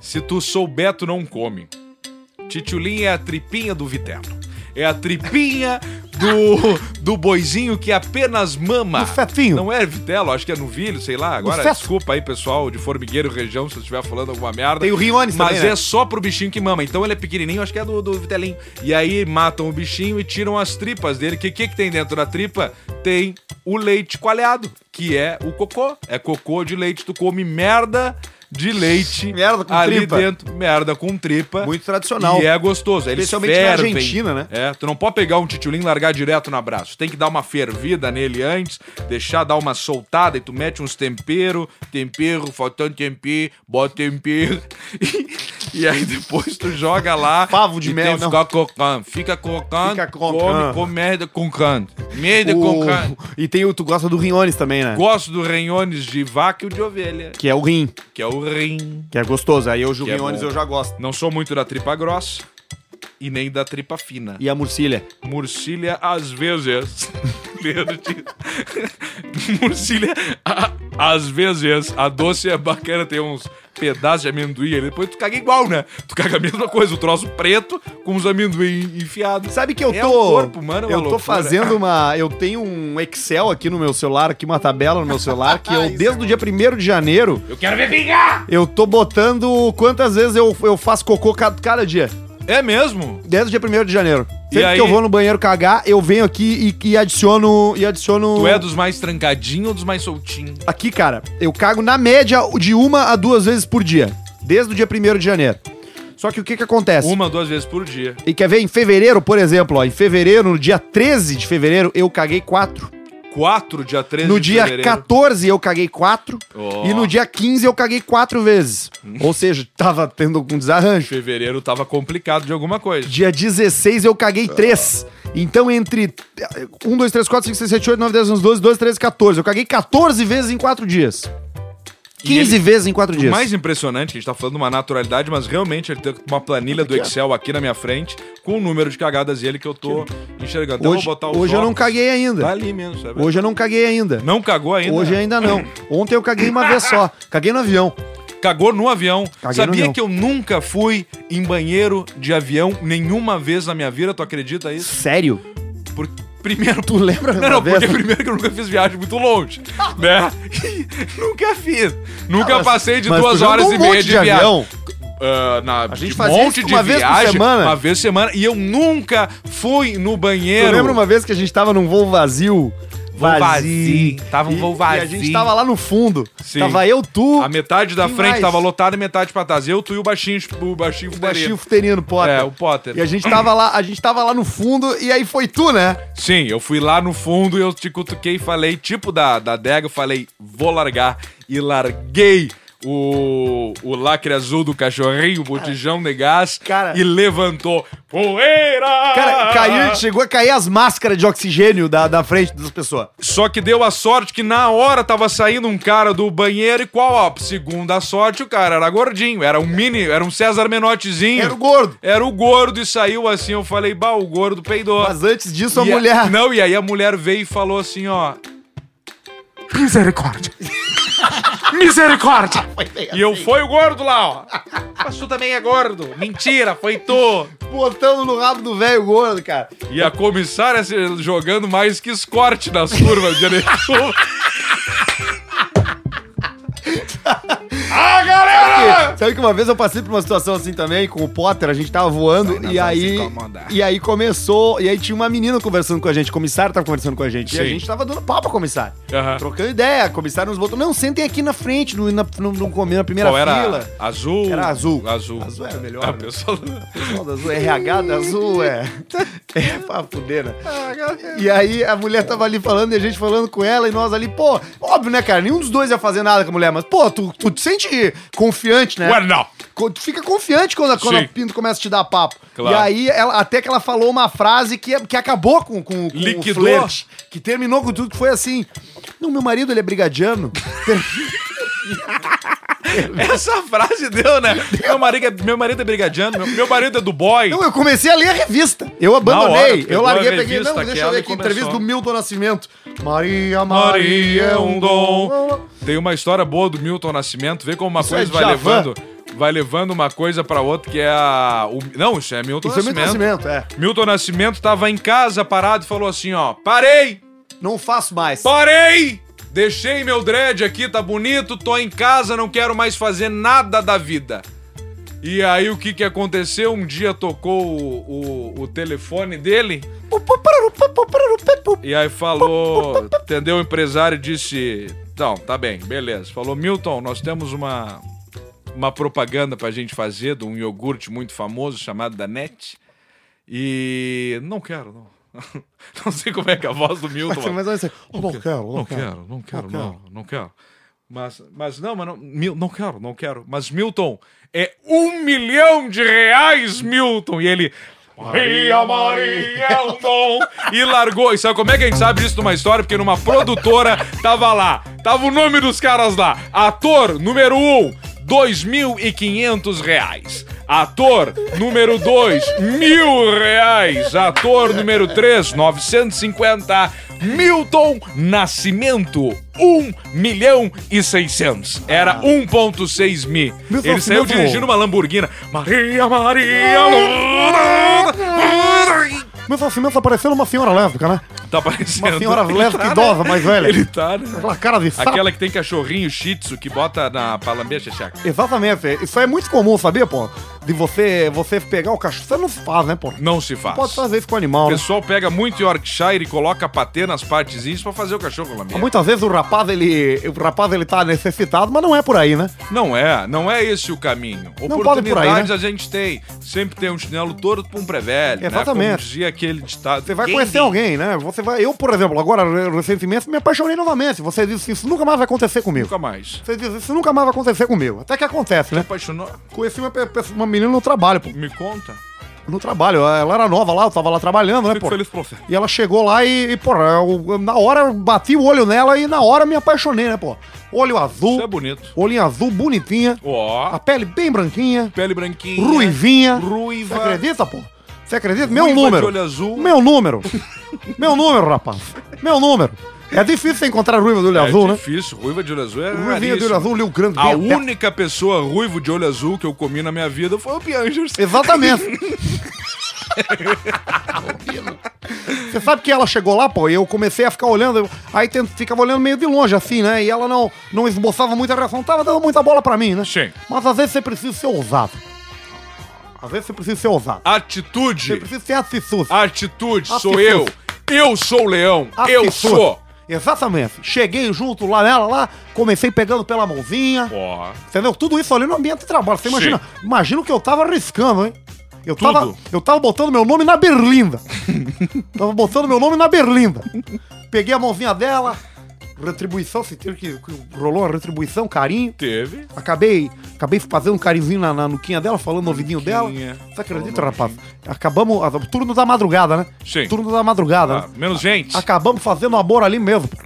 se tu souber, tu não come. Titiulim é a tripinha do Viterno. É a tripinha do, do boizinho que apenas mama. Do fetinho. Não é vitelo, acho que é novilho, sei lá. Agora, feto. desculpa aí, pessoal de Formigueiro região, se eu estiver falando alguma merda. Tem o Riones Mas também, né? é só pro bichinho que mama. Então ele é pequenininho, acho que é do, do vitelinho. E aí matam o bichinho e tiram as tripas dele. O que, que que tem dentro da tripa? Tem o leite coalhado, que é o cocô. É cocô de leite. Tu come merda de leite Merda com ali tripa. dentro. Merda com tripa. Muito tradicional. E é gostoso. Eles Especialmente na fervem. Argentina, né? É, tu não pode pegar um titiulim e largar direto no abraço. Tem que dar uma fervida nele antes, deixar dar uma soltada e tu mete uns tempero, tempero, faltando tempero, bota tempero. E, e aí depois tu joga lá. Favo de e mel, tem que não. ficar cocando. Fica cocando, Fica cocando. come, come merda cocando. Merda cocando. O... E tem o... Tu gosta do Riones também, né? Gosto do renhones de vaca e o de ovelha, Que é o rim, que é o rim. que é gostoso. Aí eu o Que é Riones bom. eu já gosto. Não sou muito da tripa grossa e nem da tripa fina. E a murcilha. Murcilha às vezes. Verde. Murcilha a- às vezes. A doce é bacana, tem uns pedaços de amendoim ali. Depois tu caga igual, né? Tu caga a mesma coisa, o troço preto com os amendoim enfiados. Sabe que eu tô. É o corpo humano, uma eu tô loucura. fazendo uma. Eu tenho um Excel aqui no meu celular, aqui uma tabela no meu celular, que é eu, desde o dia 1 de janeiro, Eu quero ver pingar! eu tô botando quantas vezes eu, eu faço cocô cada, cada dia. É mesmo? Desde o dia 1 de janeiro. Sempre aí? que eu vou no banheiro cagar, eu venho aqui e, e adiciono. E adiciono. Tu é dos mais trancadinhos ou dos mais soltinhos? Aqui, cara, eu cago na média de uma a duas vezes por dia. Desde o dia 1 de janeiro. Só que o que que acontece? Uma, duas vezes por dia. E quer ver? Em fevereiro, por exemplo, ó, em fevereiro, no dia 13 de fevereiro, eu caguei quatro. Quatro, dia 13 No de dia fevereiro. 14 eu caguei quatro. Ó. Hum. E no dia 15 eu caguei quatro vezes. Ou seja, tava tendo algum desarranjo. Fevereiro tava complicado de alguma coisa. Dia 16 eu caguei três. Então, entre 1, 2, 3, 4, 5, 6, 7, 8, 9, 10, 11, 12, 12, 13, 14. Eu caguei 14 vezes em quatro dias. 15 vezes em quatro dias. O mais impressionante, que a gente tá falando de uma naturalidade, mas realmente ele tem uma planilha do Excel aqui na minha frente, com o número de cagadas dele que eu tô enxergando. Então eu hoje vou botar os hoje eu não óculos. caguei Tá ainda. ali mesmo, sabe? Hoje eu não caguei ainda. Não cagou ainda? Hoje ainda não. Ontem eu caguei uma vez só. Caguei no avião. Cagou no avião. no Sabia avião. que eu nunca fui em banheiro de avião nenhuma vez na minha vida? Tu acredita isso? Sério? Por... Primeiro, Tu lembra Não, uma não, vez? porque primeiro que eu nunca fiz viagem muito longe, né? nunca fiz. Nunca mas- passei de mas tu duas já horas andou um e meia monte de, de viagem. avião. Ah, na, a gente fazia isso uma vez por semana. Uma vez por semana. E eu nunca fui no Eu banheiro. lembro uma vez que a gente tava num voo vazio vazio. Tava um E- voo E a gente vazio. tava lá no fundo. Sim. Tava eu, tu, A metade da Quem frente mais? tava lotada e metade pra trás. Eu, tu e o baixinho, tipo, o baixinho o baixinho futerino, Potter. É, o Potter. E a gente tava lá, a gente tava lá no fundo e aí foi tu, né? Sim, eu fui lá no fundo e eu te cutuquei e falei, tipo da, da adega, eu falei, vou largar. E larguei o, o lacre azul do cachorrinho, o botijão de gás, cara. e levantou. Poeira! Cara, caiu, chegou a cair as máscaras de oxigênio da, da frente das pessoas. Só que deu a sorte que na hora tava saindo um cara do banheiro e qual, ó, segundo a sorte, o cara era gordinho, era um mini, era um César Menottezinho. Era o gordo. Era o gordo e saiu assim, eu falei, bah, o gordo peidou. Mas antes disso, a E mulher. Não, e aí a mulher veio e falou assim, ó. Misericórdia! Misericórdia! E eu foi o gordo lá, ó. Mas tu também é gordo. Mentira, foi tu. Botando no rabo do velho gordo, cara. E a comissária se jogando mais que escorte nas curvas de Arezzo. ah, galera! Sabe que uma vez eu passei por uma situação assim também, com o Potter, a gente tava voando e aí, e aí começou, e aí tinha uma menina conversando com a gente, o comissário tava conversando com a gente, e a Sim. gente tava dando pau pra comissário, Aham. trocando ideia, a comissário nos botou, não, sentem aqui na frente, no, na, no, no, comer na primeira Qual era? fila. Azul? Era azul. Azul. Ah, Azul era melhor, A né? pessoa... Pessoal da Azul, RH da Azul, é. É pra fuder, né? Ah, E aí a mulher tava ali falando e a gente falando com ela e nós ali, pô, óbvio, né, cara? Nenhum dos dois ia fazer nada com a mulher, mas, pô, tu, tu te sente confiante, né? Ué, não. Co- Tu fica confiante quando, a- quando Sim. a Pinto começa a te dar papo. Claro. E aí, ela- até que ela falou uma frase que, que acabou com, com, com Liquidou. flerte, que terminou com tudo, que foi assim... Não, meu marido, ele é brigadiano. Essa frase deu, né? Meu marido é, meu marido é brigadiano, meu, meu marido é do boy. Não, eu comecei a ler a revista. Eu Na hora, abandonei. eu pegou larguei, a peguei. Não, revista deixa eu aquela ver e aqui. começou. Entrevista do Milton Nascimento. Maria, Maria é um dom. Tem uma história boa do Milton Nascimento. Vê como uma Isso coisa é vai Djavan. levando. Vai levando uma coisa pra outra que é a. o- não, isso é Milton Isso é Milton Nascimento. Nascimento, é. Milton Nascimento tava em casa parado e falou assim: ó, parei! é. Não faço mais. Parei! Deixei meu dread aqui, tá bonito, tô em casa, não quero mais fazer nada da vida. E aí o que que aconteceu? Um dia tocou o, o- o telefone dele e aí falou, entendeu? O empresário disse, então, tá bem, beleza. Falou, Milton, nós temos uma, uma propaganda pra gente fazer de um iogurte muito famoso chamado Danette e não quero, não. Não sei como é que é a voz do Milton... Mas, mas, assim, não quero, Não quero, não quero, não, não quero. Mas, mas não, mas não, Mil- não quero, não quero. Mas Milton, é um milhão de reais, Milton. E ele. Maria, Maria, é um dom. E largou. E sabe como é que a gente sabe disso numa história? Porque numa produtora tava lá. Tava o nome dos caras lá. Ator número um, 2.500 reais. Ator número 2, mil reais. Ator número 3, 950. Milton Nascimento, 1 milhão e 600. Era 1,6 mi. Milton Ele saiu Nascimento. dirigindo uma Lamborghini. Maria, Maria, Loura. Meu Nascimento tá parecendo uma senhora lésbica, né? Tá parecendo. Uma senhora Ele lésbica né? idosa, mais velha. Ele tá, né? Aquela cara de sapo. Aquela que tem cachorrinho shih tzu que bota na palambia xaxaca. Exatamente. Isso é muito comum, sabia, pô? De você, você pegar o cachorro. Você não faz, né, pô? Não se faz. Pode fazer isso com o animal, O né? pessoal pega muito Yorkshire e coloca patê nas partezinhas pra fazer o cachorro lamber. Muitas vezes o rapaz, ele, o rapaz, ele tá necessitado, mas não é por aí, né? Não é, não é esse o caminho. Não pode Oportunidades por aí, né? a gente tem. Sempre tem um chinelo torto pra um pré-velho, né? Exatamente. Como dizia aquele ditado. Você vai Quem conhecer diz? alguém, né? Você vai. Eu, por exemplo, agora re- recentemente me apaixonei novamente. Você disse que isso nunca mais vai acontecer comigo. Nunca mais. Você disse isso nunca mais vai acontecer comigo. Até que acontece, né? Apaixonou? Conheci uma, pe- pe- uma menina no trabalho, pô. Me conta. No trabalho. Ela era nova lá, eu tava lá trabalhando, né, Fico pô? feliz por você. E ela chegou lá e, e, porra, eu- na hora eu bati o olho nela e na hora me apaixonei, né, pô? Olho azul, Isso é bonito. olhinho azul, bonitinha, Ó, a pele bem branquinha, pele branquinha. ruivinha. Você Ruiva. acredita, pô? Você acredita? Meu Ruiva número. de olho azul. Meu número. Meu número, rapaz. Meu número. É difícil encontrar ruiva do olho É azul, né? difícil. Ruiva de olho azul é Ruivinha do raríssimo. olho azul, Rio Grande. A bem aberto. única pessoa ruivo de olho azul que eu comi na minha vida foi o Piangers. Exatamente. Você sabe que ela chegou lá, pô, e eu comecei a ficar olhando, eu- aí tent- ficava olhando meio de longe, assim, né? E ela não, não esboçava muita reação, tava dando muita bola pra mim, né? Sim. Mas às vezes você precisa ser ousado. Às vezes você precisa ser ousado. Você Atitude. precisa ser atitude. Atitude. Atitude. Sou Ah, eu. Eu sou o leão. Eu Atitude. sou. Exatamente. Cheguei junto lá nela, lá, comecei pegando pela mãozinha. Ó. Entendeu? Tudo isso ali no ambiente de trabalho. Você imagina, imagina o que eu tava arriscando, hein? Eu tava, Tudo. eu tava botando meu nome na berlinda. tava botando meu nome na berlinda. Peguei a mãozinha dela, retribuição, se teve que, que rolou uma retribuição, carinho. Teve. Acabei, acabei fazendo um carinzinho na, na nuquinha dela, falando no ouvidinho dela. Nuquinha. Você acredita, rapaz? Acabamos, a- turno da madrugada, né? Sim. Turno da madrugada, tá, Ah, né? menos gente. Acabamos fazendo amor ali mesmo. pô.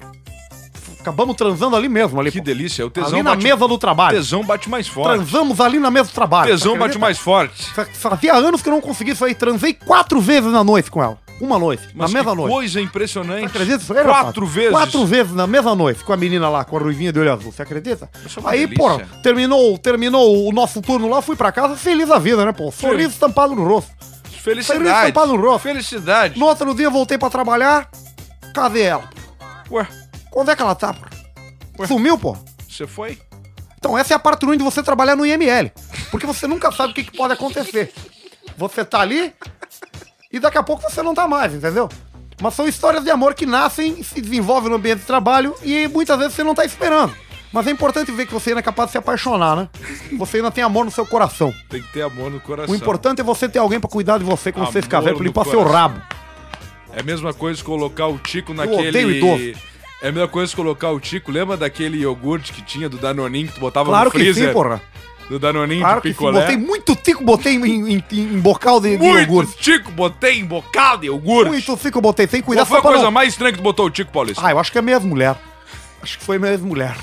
Acabamos transando ali mesmo. Ali, Que pô. delícia, o tesão ali na bate, mesa do trabalho. tesão bate mais forte. Transamos ali na mesa do O trabalho. tesão Você bate acredita? mais forte. Fa- Fazia anos que eu não conseguia isso aí. Transei quatro vezes na noite com ela. Uma noite. Mas na mesma que noite. coisa impressionante. Você acredita? Isso aí, Quatro rapaz? vezes. Quatro vezes na mesma noite com a menina lá, com a ruivinha de olho azul. Você acredita? é uma Aí, delícia. porra, terminou, terminou o nosso turno lá, fui pra casa feliz a vida, né, pô? Sorriso estampado no rosto. Feliz Felicidade. estampado no rosto. Felicidade. No outro dia voltei pra trabalhar, cadê ela? Ué, Onde é que ela tá, pô? Sumiu, pô? você foi? Então, essa é a parte ruim de você trabalhar no IML. Porque você nunca sabe o que, que pode acontecer. Você tá ali e daqui a pouco você não tá mais, entendeu? Mas são histórias de amor que nascem, se desenvolvem no ambiente de trabalho e muitas vezes você não tá esperando. Mas é importante ver que você ainda é capaz de se apaixonar, né? Você ainda tem amor no seu coração. Tem que ter amor no coração. O importante é você ter alguém pra cuidar de você quando você ficar Amor velho, pra no limpar seu coração. rabo. É a mesma coisa colocar o Tico naquele. odeio idoso. É a mesma coisa colocar o Tico. Lembra daquele iogurte que tinha do Danoninho que tu botava Claro no que freezer? sim, porra. Do Danoninho Claro de que sim. picolé. Botei muito tico, botei em, em, em- em bocal de, de Muito iogurte. Tico, botei em bocado de iogurte. Muito tico, botei sem cuidar. Qual foi só a pra coisa não- mais estranha que tu botou o Tico, Paulista? Ah, eu acho que é minha mulher. Acho que foi minha ex-mulher.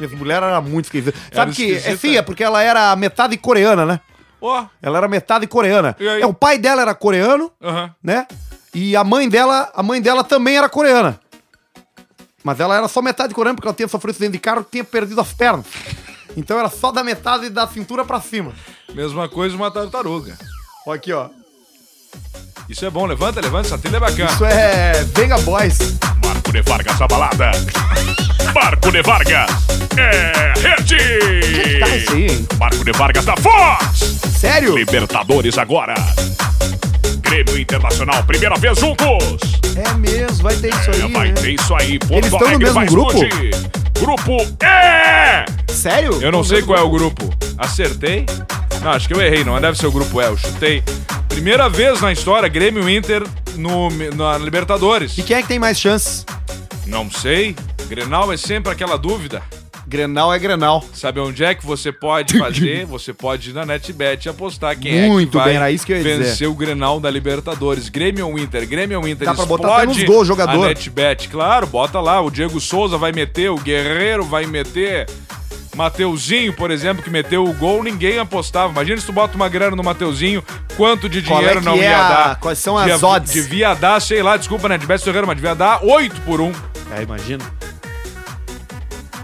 Minha ex-mulher era muito esquisita. Sabe que é esquisita. sim, é porque ela era metade coreana, né? Ó, Ela era metade coreana. E aí? É, o pai dela era coreano, aham. né? E a mãe dela, a mãe dela também era coreana. Mas ela era só metade coreana porque ela tinha sofrido acidente de carro e tinha perdido as pernas. Então era só da metade da cintura pra cima. Mesma coisa uma tartaruga. Ó aqui, ó. Isso é bom, levanta, levanta, essa trilha é bacana. Isso é Venga Boys. Marco de Vargas essa balada. Marco de Vargas é Tá isso aí, rede. hein? Marco de Vargas da Fox. Sério? Libertadores agora. Grêmio Internacional, primeira vez juntos. É mesmo, vai ter isso É, aí. vai né? ter isso aí. Porto Eles tão no mesmo vai grupo? explodir. Grupo E. Sério? Eu não sei qual é o grupo. Acertei? Não, acho que eu errei, não. mas Deve ser o grupo E, eu chutei. Primeira vez na história, Grêmio e Inter no, na Libertadores. E quem é que tem mais chances? Não sei. Grenal é sempre aquela dúvida. Grenal é Grenal. Sabe onde é que você pode fazer? Você pode ir na NetBet e apostar quem é Muito que vai bem, era isso que eu ia dizer. vencer o Grenal da Libertadores. Grêmio ou Inter? Grêmio ou Inter? Dá pra botar até nos gols, jogador. A NetBet, claro, bota lá. O Diego Souza vai meter, o Guerreiro vai meter. Mateuzinho, por exemplo, que meteu o gol, ninguém apostava. Imagina se tu bota uma grana no Mateuzinho, quanto de Qual é dinheiro que não é ia a- dar? quais são as devia, odds? Devia dar, sei lá, desculpa, NetBet, Torreiro, mas devia dar 8 por 1. É, imagina.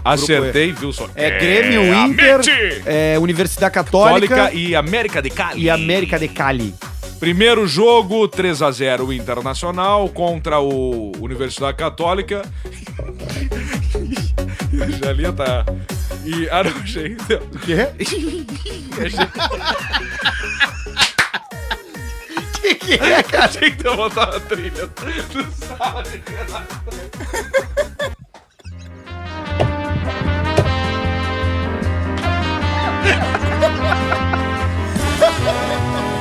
Acertei, viu só? É Grêmio, a Inter, mente. é, Universidade Católica Católica e América de Cali. e América de Cali. Primeiro jogo, 3 a 0 Internacional contra o Universidade Católica. Eu Já li tá. E ah, não, achei. O quê? que que é, cara? Achei que eu voltava a trilha. Não sabe.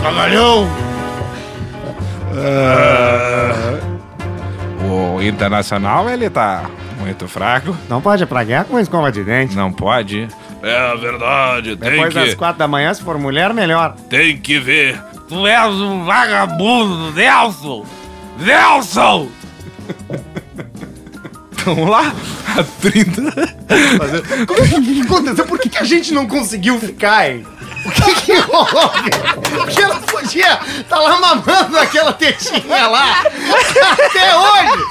Cagalhão! O Internacional ele tá muito fraco, Não pode praguear com escova de dente. não pode. É verdade, tem Depois das que, quatro da manhã, se for mulher, melhor. tem que ver. Tu és um vagabundo, Nelson! Nelson! Vamos lá? A 30. Como é que aconteceu? Por que, que a gente não conseguiu ficar, hein? O que que rolou? Porque ela podia tá lá mamando aquela tetinha lá até hoje.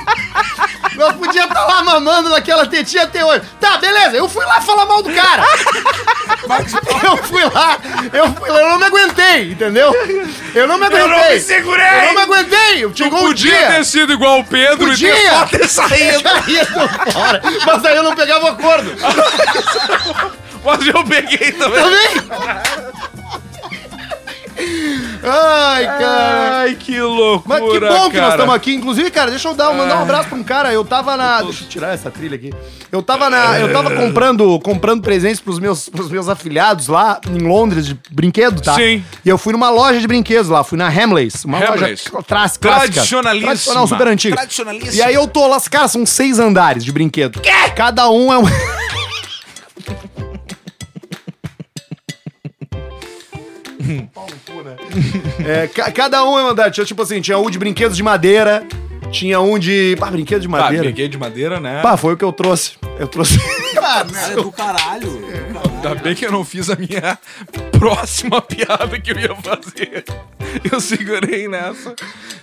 Nós podia tá lá mamando naquela tetinha até hoje. Tá, beleza, eu fui lá falar mal do cara. Eu fui lá, eu, fui lá, eu não me aguentei, entendeu? Eu não me aguentei. Eu não me segurei. Eu não me aguentei. Chegou o dia. Podia ter sido igual o Pedro e ter Podia! só ter saído. Saía por fora, mas aí eu não pegava o acordo. Tá Mas eu peguei também. Também? Ai, cara. Ai, que loucura, Mas que bom que nós cara. estamos aqui. Inclusive, cara, deixa eu dar, mandar um abraço pra um cara. Eu tava na. Deixa eu tirar essa trilha aqui. Eu tava na. Eu É. tava comprando, comprando presentes pros meus, pros meus afilhados lá em Londres de brinquedo, tá? Sim. E eu fui numa loja de brinquedos lá, fui na Hamleys. Uma Hamleys. loja tra clássica. Tradicionalíssima. Tradicional, super antiga. Tradicionalíssima. E aí eu tô lá, cara, são seis andares de brinquedo. Quê? Cada um é um. É, ca- cada um é um andar. Tinha, tipo assim, tinha um de brinquedos de madeira, tinha um de. Pá, brinquedo de Tá, madeira. brinquedo de madeira, né? Pá, foi o que eu trouxe. Eu trouxe. Ah, Cara, do caralho. Ainda bem que eu não fiz a minha próxima piada que eu ia fazer. Eu segurei nessa.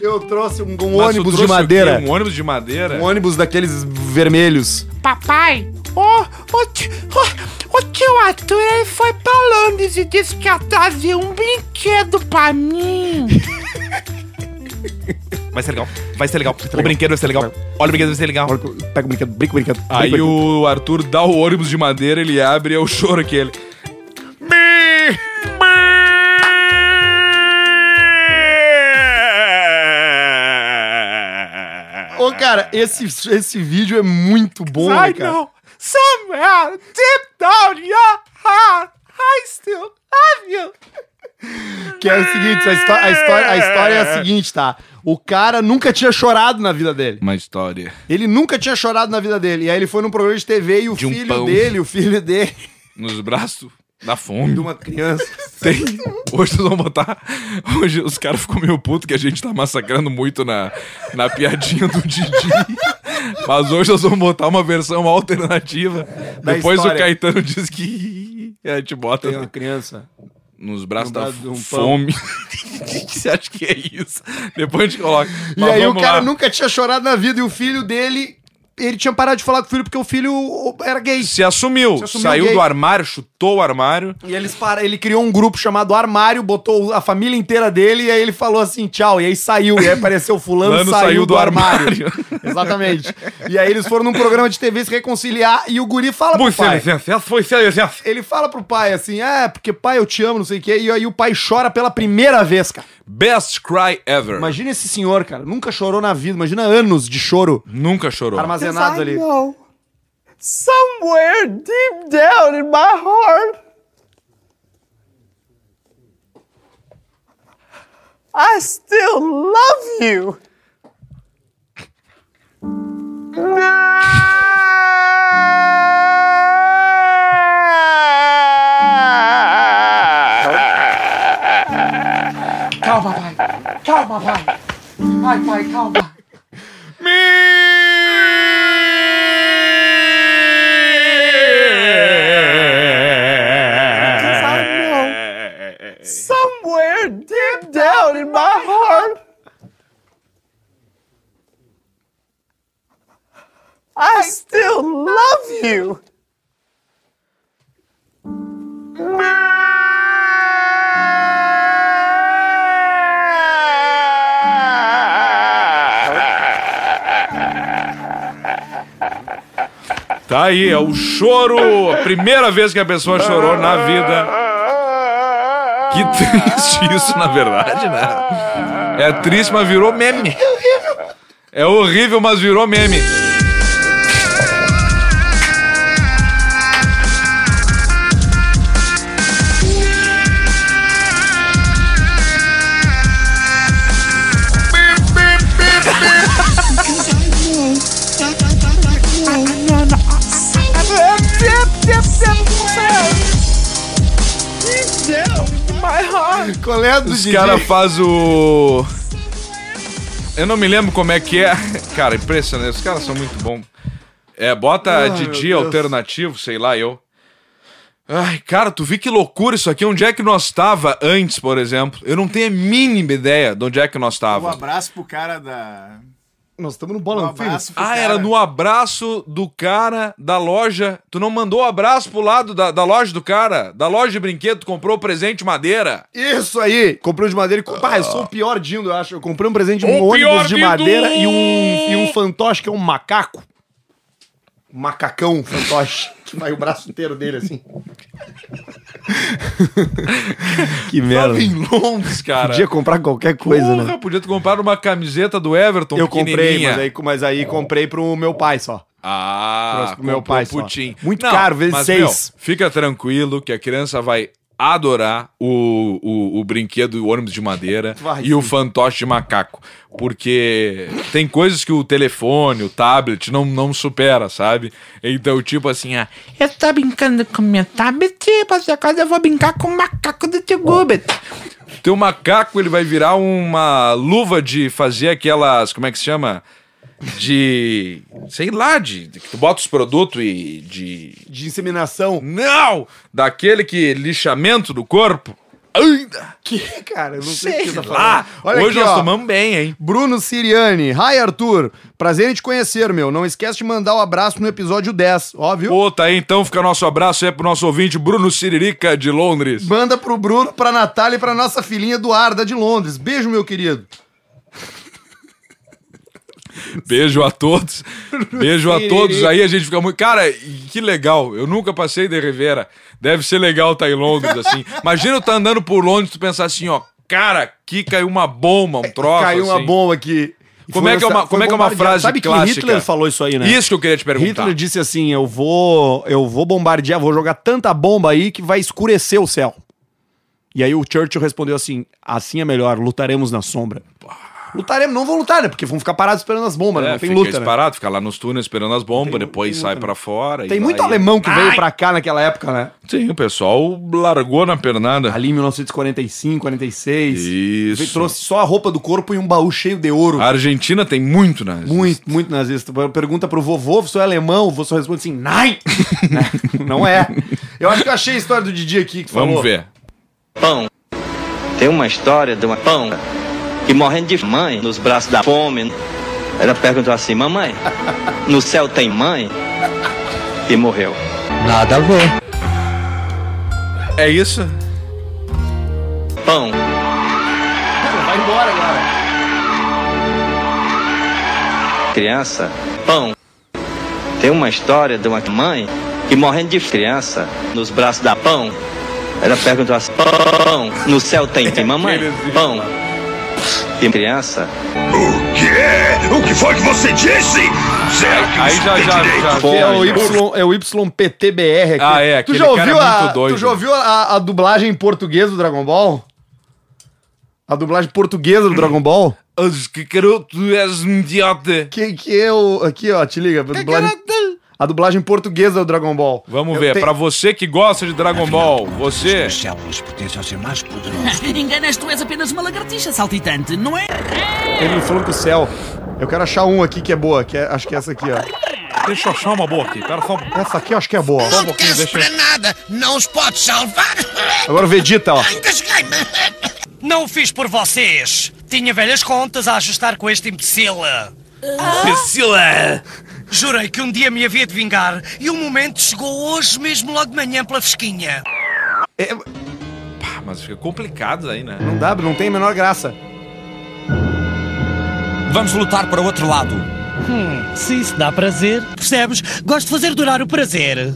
eu trouxe um, um Mas tu ônibus trouxe de o quê? madeira. Um ônibus de madeira? Um ônibus daqueles vermelhos. Papai, o, o, ti- o, o tio Arthur ele foi pra Londres e disse que ia trazer um brinquedo pra mim. Vai ser legal. Vai ser legal. O brinquedo vai ser legal. Olha o brinquedo vai ser legal. Agora que eu pego o brinquedo, brinco, brinquedo. brinco, Aí brinquedo. o Arthur dá o ônibus de madeira, ele abre e é o choro que ele. Ô, cara, esse, esse vídeo é muito bom, né, cara. Somewhere deep down your heart, I still love you. Que é o seguinte, a, histó- a história, a história é a seguinte, tá? O cara nunca tinha chorado na vida dele. Uma história. Ele nunca tinha chorado na vida dele. E aí ele foi num programa de TV e o De um filho pão. dele, o filho dele, Nos braços da fome. de uma criança. Tem. Hoje nós vamos botar. Hoje os caras ficam meio putos que a gente tá massacrando muito na, na piadinha do Didi. Mas hoje nós vamos botar uma versão alternativa. Da Depois história. o Caetano diz que. A gente bota Tem uma criança. nos braços no da braço de um pão. fome. O que que você acha que é isso? Depois a gente coloca. E aí o cara nunca tinha chorado na vida e o filho dele, ele tinha parado de falar com o filho porque o filho era gay. Se assumiu, Se assumiu saiu gay. do armário, chutou o armário. E eles para, ele criou um grupo chamado Armário, botou a família inteira dele e aí ele falou assim, tchau. E aí saiu, e aí apareceu fulano, Fulano saiu, saiu do, do armário. armário. Exatamente. E aí eles foram num programa de TV se reconciliar e o guri fala pro Você, pai. licença, essa foi sem licença. Ele fala pro pai assim, é, porque pai, eu te amo, não sei o quê. E aí o pai chora pela primeira vez, cara. Best cry ever. Imagina esse senhor, cara. Nunca chorou na vida. Imagina anos de choro Nunca chorou. armazenados ali. know somewhere deep down in my heart, I still love you. Calma, pai. Calma, pai. Pai, pai, calma. somewhere deep down in my heart, I still love you. Tá aí, é o choro. A primeira vez que a pessoa chorou na vida. Que triste isso, na verdade, né? É triste, mas virou meme. É horrível, mas virou meme. Colé é do Os caras fazem o. Eu não me lembro como é que é. Cara, impressionante. Os caras são muito bons. É, bota Didi alternativo, sei lá, eu. Ai, cara, tu vi que loucura isso aqui. Onde é que nós tava antes, por exemplo? Eu não tenho a mínima ideia de onde é que nós Um tava. abraço pro cara da. Nós estamos no Um bolão, filho. abraço pro Ah, cara. era no abraço do cara da loja. Tu não mandou o abraço pro lado da, da loja do cara? Da loja de brinquedo, tu comprou o presente madeira. Isso aí! Comprei um de madeira e. co- Pá, eu sou o pior dindo, eu acho. Eu comprei um presente de um O pior ônibus de dindo! madeira e um, e um fantoche que é um macaco. Um macacão fantoche. que vai o braço inteiro dele assim. Que merda. Tava em Londres, cara. Podia comprar qualquer coisa, Porra, né? podia ter comprado uma camiseta do Everton Eu comprei, pequenininha. mas aí, mas aí comprei pro meu pai só. Ah, Trouxe pro meu comprou pai um só. putim. Muito caro, vezes mas, seis. meu, fica tranquilo que a criança vai adorar o, o, o brinquedo, o ônibus de madeira Vai, e sim. o fantoche de macaco. Porque tem coisas que o telefone, o tablet não, não supera, sabe? Então, tipo assim, ah, Eu tô brincando com minha tablet, mas agora eu vou brincar com o macaco do Oh. tio Gubet. teu macaco ele vai virar uma luva de fazer aquelas, como é que se chama? De, sei lá, de, de que tu bota os produtos e de De inseminação. Não! Daquele que lixamento do corpo. Ai, Que, cara? Eu não sei, sei o que você tá lá. falando. Ah, Hoje aqui, nós ó. tomamos bem, hein? Bruno Siriani. Hi, Arthur. Prazer em te conhecer, meu. Não esquece de mandar o abraço no episódio 10, óbvio. Pô, tá aí então, fica nosso abraço aí pro nosso ouvinte Bruno Siririca de Londres. Manda pro Bruno, pra Natália e pra nossa filhinha Eduarda de Londres. Beijo, meu querido. Beijo a todos. Beijo a todos aí, a gente fica muito. Cara, e que legal. Eu nunca passei de Rivera. Deve ser legal tá em Londres assim. Imagina eu tá andando por Londres e tu pensar assim, ó, cara, aqui caiu uma bomba, um troço É, Caiu uma assim. bomba aqui. Como é que é uma- Foi como é que é uma bombardeado. frase Sabe que clássica? Hitler falou isso aí, né? Isso que eu queria te perguntar. É, Hitler disse assim: eu vou, eu vou bombardear, vou jogar tanta bomba aí que vai escurecer o céu. E aí o Churchill respondeu assim: assim é melhor, lutaremos na sombra. Lutaremos, não vão lutar, né? Porque vão ficar parados esperando as bombas, né? É, Não tem fica luta, né? disparado, fica lá nos túneis esperando as bombas, depois sai pra fora. e Tem muito vai- alemão que veio pra cá naquela época, né? Sim, o pessoal largou na pernada. Ali em 1945, 46. Isso. Ah. Trouxe só a roupa do corpo e um baú cheio de ouro. A Argentina tem muito, né? Muito, muito nazista. Pergunta pro vovô, você é alemão? O vovô responde assim, nein! não é. Eu acho que eu achei a história do Didi aqui que Vamos falou. ver. pão. Tem uma história de uma pão que morrendo de mãe nos braços da fome. Ela perguntou assim: Mamãe, no céu tem mãe? E morreu. É isso? Pão. Vai embora agora. criança, pão. Tem uma história de uma mãe que morrendo de criança nos braços da pão. Ela perguntou assim: pão, no céu tem, tem mamãe? Pão. E criança, Aí já, já, já. Que é o, y, é o YPTBR aqui. Ah, é, Tu aquele já cara ouviu, é a, muito doido. tu já ouviu a, a dublagem em português do Dragon Ball? A dublagem portuguesa do Dragon Ball? Os que quero, tu és um idiota. Que, que é o... Aqui, ó, te liga. A dublagem, a dublagem portuguesa do Dragon Ball. Vamos Eu ver, te- pra você que gosta de Dragon Ball, você. células pertencem ao ser mais poderoso. Enganas, tu és apenas uma lagartixa saltitante, não é? Ele me falando que o céu... Eu quero achar um aqui que é boa, que é- acho que é essa aqui, ó. Deixa eu achar uma boa aqui. Pera só um Essa aqui eu acho que é boa. ó. pouquinho, deixa eu. nada, não os pode salvar. Agora o Vegeta, ó. Engasguei-me. Não o fiz por vocês. Tinha velhas contas a ajustar com este imbecil. Priscila! Jurei que um dia me havia de vingar e o momento chegou hoje mesmo logo de manhã pela fesquinha. Ah, mas fica complicado aí, né? Não dá, não tem a menor graça. Vamos lutar para o outro lado. Hum, se isso dá prazer, percebes? Gosto de fazer durar o prazer.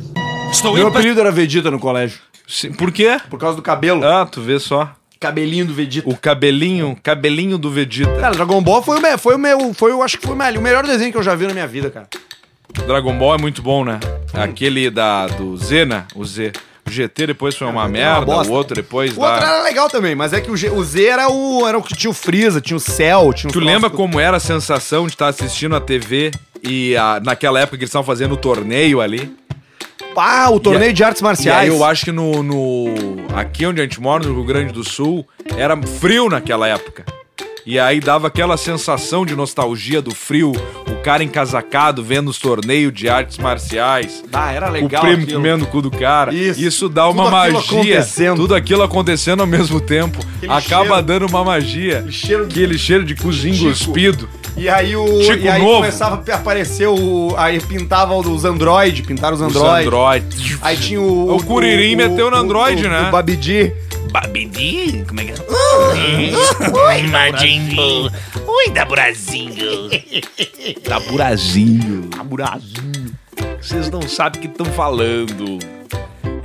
Estou Meu apelido era Vegeta no colégio. Sim, Por quê? Por causa do cabelo. Ah, tu vê só. Cabelinho do Vegeta. O cabelinho, cabelinho do Vegeta. Cara, Dragon Ball foi o meu, foi o meu, foi eu acho que foi o melhor- o melhor desenho que eu já vi na minha vida, cara. Dragon Ball é muito bom, né? Aquele da, do Z, né? O Z. O GT depois foi É uma merda, bosta. o outro depois O outro dá... era legal também, mas é que o, G- o Z era o era o que tinha o Freeza, tinha o Cell, tinha o Tu lembra como era a sensação de estar assistindo a TV e a- naquela época que eles estavam fazendo o torneio ali? Ah, o torneio de artes E aí marciais. eu acho que no, no- Aqui onde a gente mora, no Rio Grande do Sul, era frio naquela época. E aí dava aquela sensação de nostalgia do frio, o cara encasacado vendo os torneios de artes marciais. Ah, era legal o primo aquilo. comendo o cu do cara. Isso. Isso, dá uma Tudo aquilo magia. acontecendo. Tudo aquilo acontecendo ao mesmo tempo. Acaba cheiro. dando uma magia. Aquele cheiro de- Aquele cheiro de cozinho Tico. cuspido. E aí o Tico e aí novo. começava a aparecer o aí pintava os Android, pintaram os Os Android. Android. Aí tinha o O Curirim meteu no Android, o- né? O Babidi. Babidi? Como é que é? Oi, Madinho! Oi, da Brasil! Taburazinho. Taburazinho. Vocês não sabem o que estão falando.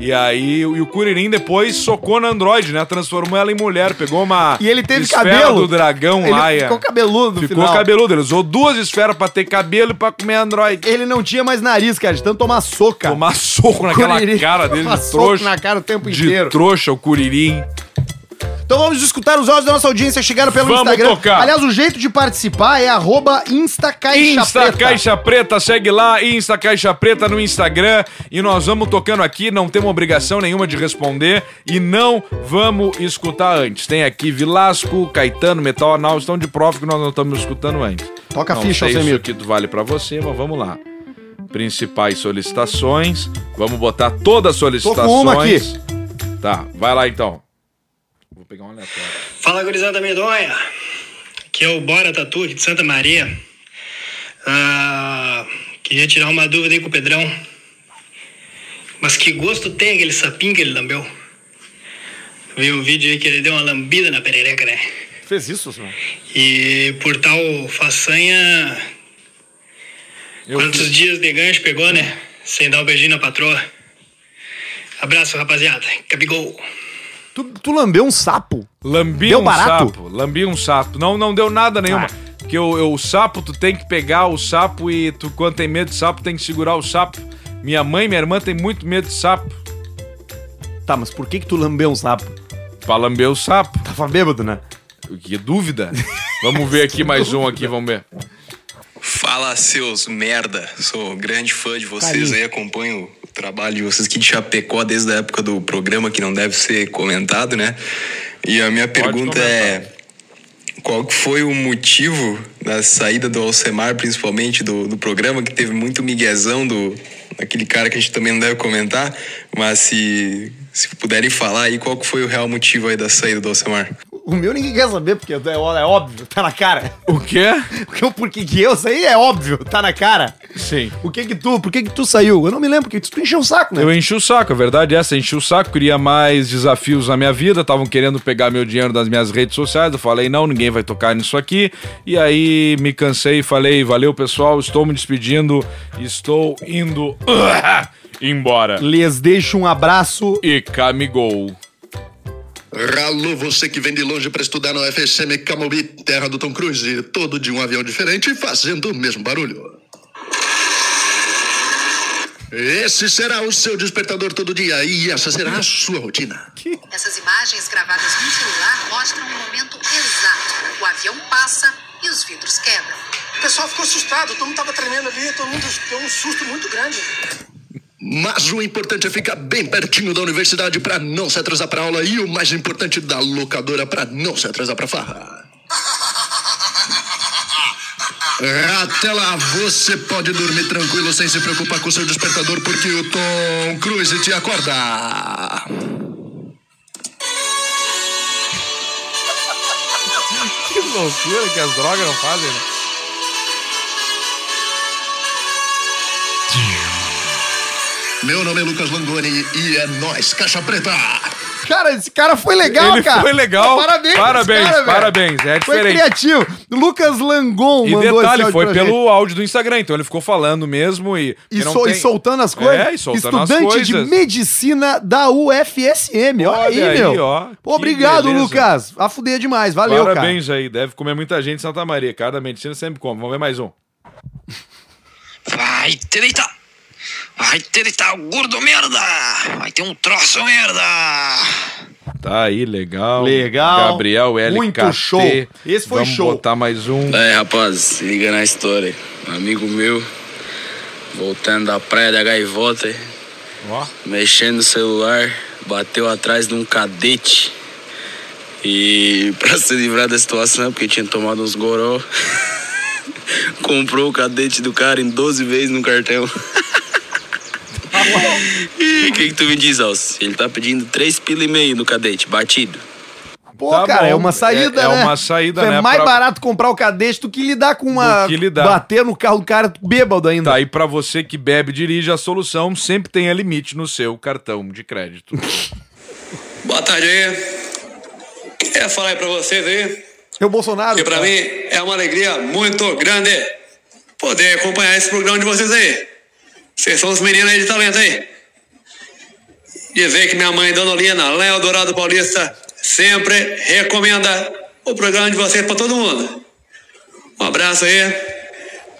E aí, o- e o Curirim depois socou na Android, né? Transformou ela em mulher, pegou uma. E ele teve esfera cabelo. do dragão Ele lá. e- ficou cabeludo no Ficou final. cabeludo. Ele usou duas esferas pra ter cabelo e pra comer Android. Ele não tinha mais nariz, cara, de tanto tomar soca. Tomar soco naquela Curirim cara dele toma de soco trouxa. na cara o tempo de inteiro. trouxa, o Curirim. Então vamos escutar os áudios da nossa audiência, chegaram pelo Vamos Instagram. tocar. Aliás, o jeito de participar é arroba instacaixapreta. Insta Caixa Preta, segue lá, Insta Caixa Preta no Instagram. E nós vamos tocando aqui, não temos obrigação nenhuma de responder. E não vamos escutar antes. Tem aqui Vilasco, Caetano, Metal Anal, estão de prova que nós não estamos escutando antes. Toca a não ficha, sei Alcemir. se isso que vale pra você, mas vamos lá. Principais solicitações. Vamos botar todas as solicitações. uma aqui. Tá, vai lá então. Vou pegar um aleatório. Fala, gurizada medonha. Aqui é o Bora Tatu, aqui de Santa Maria. Ah, queria tirar uma dúvida aí com o Pedrão. Mas que gosto tem aquele sapinho que ele lambeu? Vi o vídeo aí que ele deu uma lambida na perereca, né? Fez isso, senhor? E por tal façanha, quantos dias de gancho pegou, né? Sem dar um beijinho na patroa. Abraço, rapaziada. Capigol. Tu, tu lambeu um sapo? Lambi Deu um barato? Ah. sapo. Lambi um sapo. Não, não deu nada nenhuma. Porque o, o sapo, tu tem que pegar o sapo e tu, quando tem medo de sapo, tem que segurar o sapo. Minha mãe e minha irmã tem muito medo de sapo. Tá, mas por que que tu lambeu um sapo? Pra lamber o sapo. Tava bêbado, né? Que é dúvida. Vamos ver aqui mais um aqui, vamos ver. Fala, seus merda. Sou grande fã de vocês aí, acompanho o trabalho de vocês aqui de Chapecó desde a época do programa, que não deve ser comentado, né? E a minha pergunta é... Qual que foi o motivo da saída do Alcemar, principalmente do, do programa, que teve muito miguezão do daquele cara que a gente também não deve comentar, mas se, se puderem falar aí qual que foi o real motivo aí da saída do Alcemar? O meu ninguém quer saber, porque é, é óbvio, tá na cara. O quê? Porque o porquê que eu saí é óbvio, tá na cara. Sim. O que que tu, por que que tu saiu? Eu não me lembro, porque tu, tu encheu o saco, né? Eu enchi o saco, a verdade é essa, enchi o saco, queria mais desafios na minha vida, estavam querendo pegar meu dinheiro das minhas redes sociais, eu falei, não, ninguém vai tocar nisso aqui, e aí me cansei e falei, valeu pessoal, estou me despedindo, estou indo embora. Les deixo um abraço. E camigou. Ralo, você que vem de longe para estudar na UFSM Camauí, terra do Tom Cruise, todo de um avião diferente e fazendo o mesmo barulho. Esse será o seu despertador todo dia e essa será a sua rotina. Essas imagens gravadas no celular mostram o momento exato. O avião passa e os vidros quebram. O pessoal ficou assustado, todo mundo tava tremendo ali, todo mundo deu um susto muito grande. Mas o importante é ficar bem pertinho da universidade para não se atrasar para aula e o mais importante da locadora para não se atrasar para farra. É, Até lá, você pode dormir tranquilo sem se preocupar com seu despertador, porque o Tom Cruise te acorda. Que loucura que as drogas não fazem, né? Meu nome é Lucas Langoni e é nós, Caixa Preta. Cara, esse cara foi legal, Ele cara. foi legal. Parabéns, esse Parabéns, cara, velho. parabéns, é Foi diferente. criativo. Lucas Langon E mandou esse detalhe, áudio foi pra pelo gente. áudio do Instagram, então ele ficou falando mesmo e... E, porque não sol- e tem- soltando as coisas. É, e soltando as Estudante coisas. de medicina da UFSM. Olha, Olha aí, aí, meu. ó. Pô, Que Obrigado, beleza. Lucas. A fuder demais. Valeu, Parabéns aí, deve comer muita gente em Santa Maria, cada medicina sempre come. Vamos ver mais um. Vai direita! Vai direita, gordo merda! Vai ter um troço merda! Tá aí, legal. Legal. Gabriel LKT. Muito show. Esse foi Vamos show. botar mais um. Daí, rapaz, se liga na história. Um amigo meu, voltando da praia da gaivota, Ó. mexendo no celular, bateu atrás de um cadete. E pra se livrar da situação, porque tinha tomado uns goró, comprou o cadete do cara em 12 vezes no cartão. E o que, que tu me diz, Alce? Ele tá pedindo 3 pila e meio no cadete, batido. cara. Pô, Tá cara, bom. é uma saída, É- é né? uma saída, é né, mais pra- barato comprar o cadete do que lidar com uma... Do que lidar. Bater no carro do cara bêbado ainda. Tá aí pra você que bebe e dirige, a solução sempre tenha limite no seu cartão de crédito. Boa tarde aí. Queria falar aí pra vocês aí É o Bolsonaro. que pra cara. mim é uma alegria muito grande poder acompanhar esse programa de vocês aí. Vocês são os meninos aí de talento aí. dizer que minha mãe, Dona Lina, lá em Eldorado Paulista, sempre recomenda o programa de vocês pra todo mundo. Um abraço aí.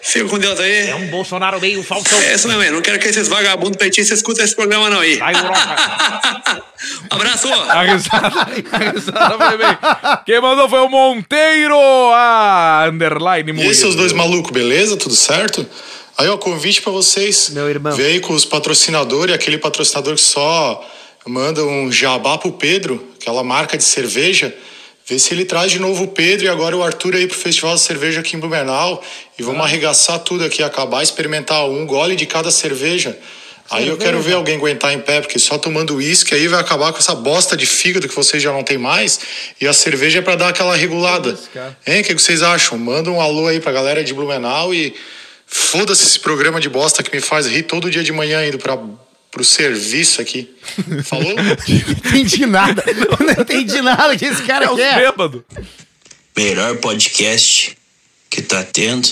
Fica com Deus aí. É um Bolsonaro meio Então, falsão. É isso mesmo, aí. não quero que esses vagabundos petistas escutem esse programa não aí. Vai, Um abraço. A risada, a risada foi bem. Quem mandou foi o Monteiro, a underline E aí, seus é dois malucos, beleza? Tudo certo? Aí, ó, convite pra vocês. Meu irmão. Veio com os patrocinadores, aquele patrocinador que só manda um jabá pro Pedro, aquela marca de cerveja. Vê se ele traz de novo o Pedro e agora o Arthur aí pro Festival de Cerveja aqui em Blumenau. E vamos arregaçar tudo aqui, acabar, experimentar um gole de cada cerveja. Aí eu quero ver alguém aguentar em pé, porque só tomando uísque aí vai acabar com essa bosta de fígado que vocês já não tem mais. E a cerveja é pra dar aquela regulada. Hein, o que, que vocês acham? Manda um alô aí pra galera de Blumenau e foda-se esse programa de bosta que me faz rir todo dia de manhã indo pra, pro serviço aqui. Falou? entendi nada. Eu não entendi nada que esse é cara quer. bêbado. Melhor podcast que tá tendo.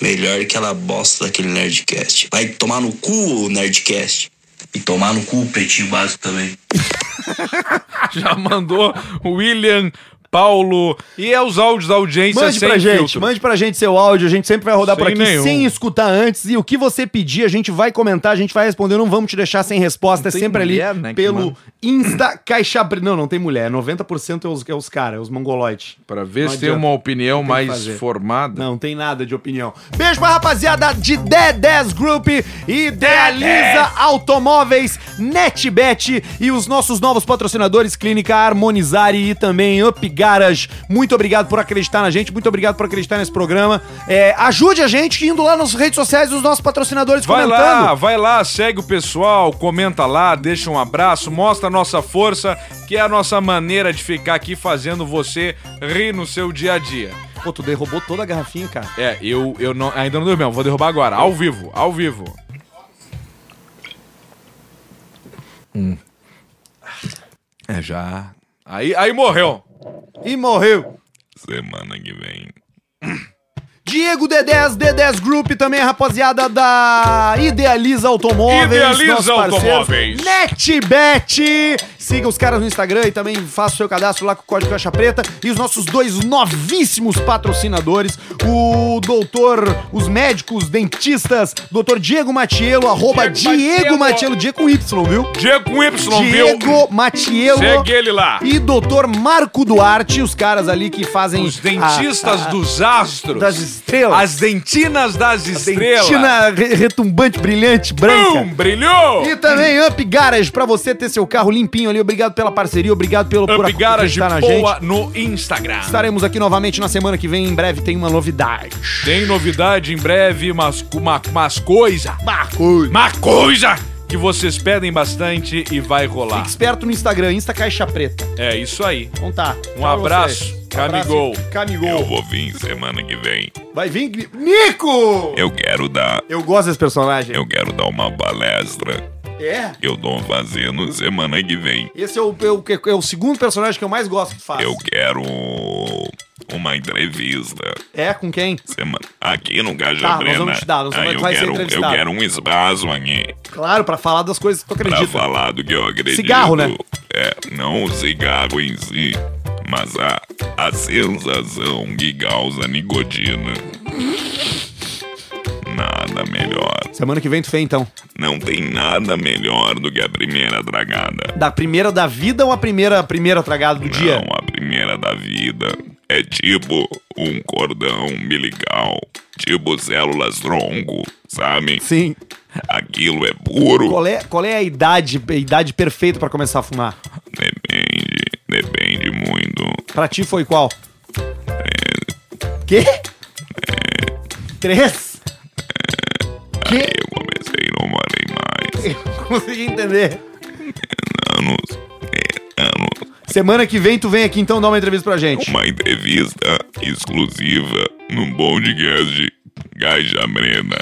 Melhor que ela bosta daquele Nerdcast. Vai tomar no cu o Nerdcast. E tomar no cu o Pretinho Básico também. já mandou William, Paulo. E é os áudios da audiência Mande sem pra gente, filtro. mande pra gente seu áudio, a gente sempre vai rodar por Sem aqui nenhum. sem escutar antes. E o que você pedir, a gente vai comentar, a gente vai responder, não vamos te deixar sem resposta. É tem sempre mulher, ali né, que pelo manda. Insta Caixa Preta. Não, não tem mulher, 90% é os, é os caras, é os mongoloides. Pra ver se tem uma opinião mais formada. Não tem nada de opinião. Beijo pra rapaziada de D10 Group, Idealiza Automóveis, NetBet e os nossos novos patrocinadores Clínica Harmonizare e também Up Garage. Muito obrigado por acreditar na gente, muito obrigado por acreditar nesse programa. É, ajude a gente indo lá nas redes sociais dos nossos patrocinadores Vai comentando. lá, vai lá, segue o pessoal, comenta lá, deixa um abraço, mostra a nossa força, que é a nossa maneira de ficar aqui fazendo você rir no seu dia a dia. Pô, tu derrubou toda a garrafinha, cara. É, eu, eu não, ainda não dormiu, vou derrubar agora, ao vivo, ao vivo. Hum. É, já. Aí, aí morreu. E morreu. Semana que vem. Diego D10, D10 Group, também a rapaziada da Idealiza Automóveis. Idealiza nossos parceiros. Automóveis. NetBet. Siga os caras no Instagram e também faça o seu cadastro lá com o código Caixa Preta. E os nossos dois novíssimos patrocinadores, o doutor, os médicos, dentistas, doutor Diego Matielo, arroba Diego, Matielo, Diego com Y, viu? Diego com Y, viu? Diego Matielo. Segue ele lá. E doutor Marco Duarte, os caras ali que fazem... Os dentistas a- a- dos astros. Ah, das estrelas. As dentinas das estrelas. Dentina re- retumbante, brilhante, branca. Bum, brilhou! E também Up Garage, pra você ter seu carro limpinho ali. Obrigado pela parceria, obrigado pelo por Up Garage acreditar Boa no Instagram. Estaremos aqui novamente na semana que vem. Em breve tem uma novidade. Tem novidade em breve, mas com uma, umas coisa. Uma coisa. Uma coisa que vocês pedem bastante e vai rolar. Esperto no Instagram, Insta Caixa Preta. É isso aí. Então tá. Um Tchau abraço. vocês. Camigol. abraço. Camigol. Eu vou vir semana que vem. Vai vir, Gri- Nico! Eu quero dar. Eu gosto desse personagem. Eu quero dar uma palestra. É? Eu dou um fazendo semana que vem. Esse é o, é o- é o segundo personagem que eu mais gosto que faz. Eu quero uma entrevista. É, com quem? Semana... Aqui no Tá, Gaja nós Brena. vamos te dar, nós Ah, vamos- eu, vai ser quero, eu entrevistado. quero um espaço aqui Claro, pra falar das coisas que tu pra acredita. falar do que eu acredito. Cigarro, né? É, não o cigarro em si, mas a, a sensação que causa nicotina. Nada melhor. Semana que vem tu fez, então. Não tem nada melhor do que a primeira dragada. Da primeira da vida ou a primeira, a primeira tragada do dia? Não, a primeira da vida é tipo um cordão umbilical, tipo células tronco, sabe? Sim. Aquilo é puro. Qual é, qual é a idade, a idade perfeita pra começar a fumar? Depende, depende muito. Pra ti foi qual? Quê? Três? É. Aí eu comecei e não morei mais. Eu consegui entender. Anos, é, anos. Semana que vem tu vem aqui então dar uma entrevista pra gente. Uma entrevista exclusiva num podcast Gaja Brena.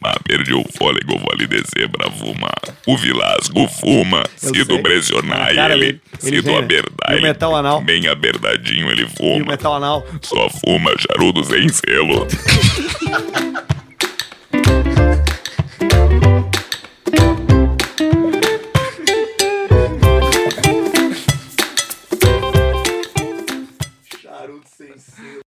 Mas perdi o fôlego, vou lhe descer pra fumar. O Vilasco fuma. se tu sei. Ah, pressionar Cara, ele, ele- se ele tu vem, né? apertar E o ele, metal anal. bem apertadinho ele E o fuma. metal anal. Só fuma charuto sem selo.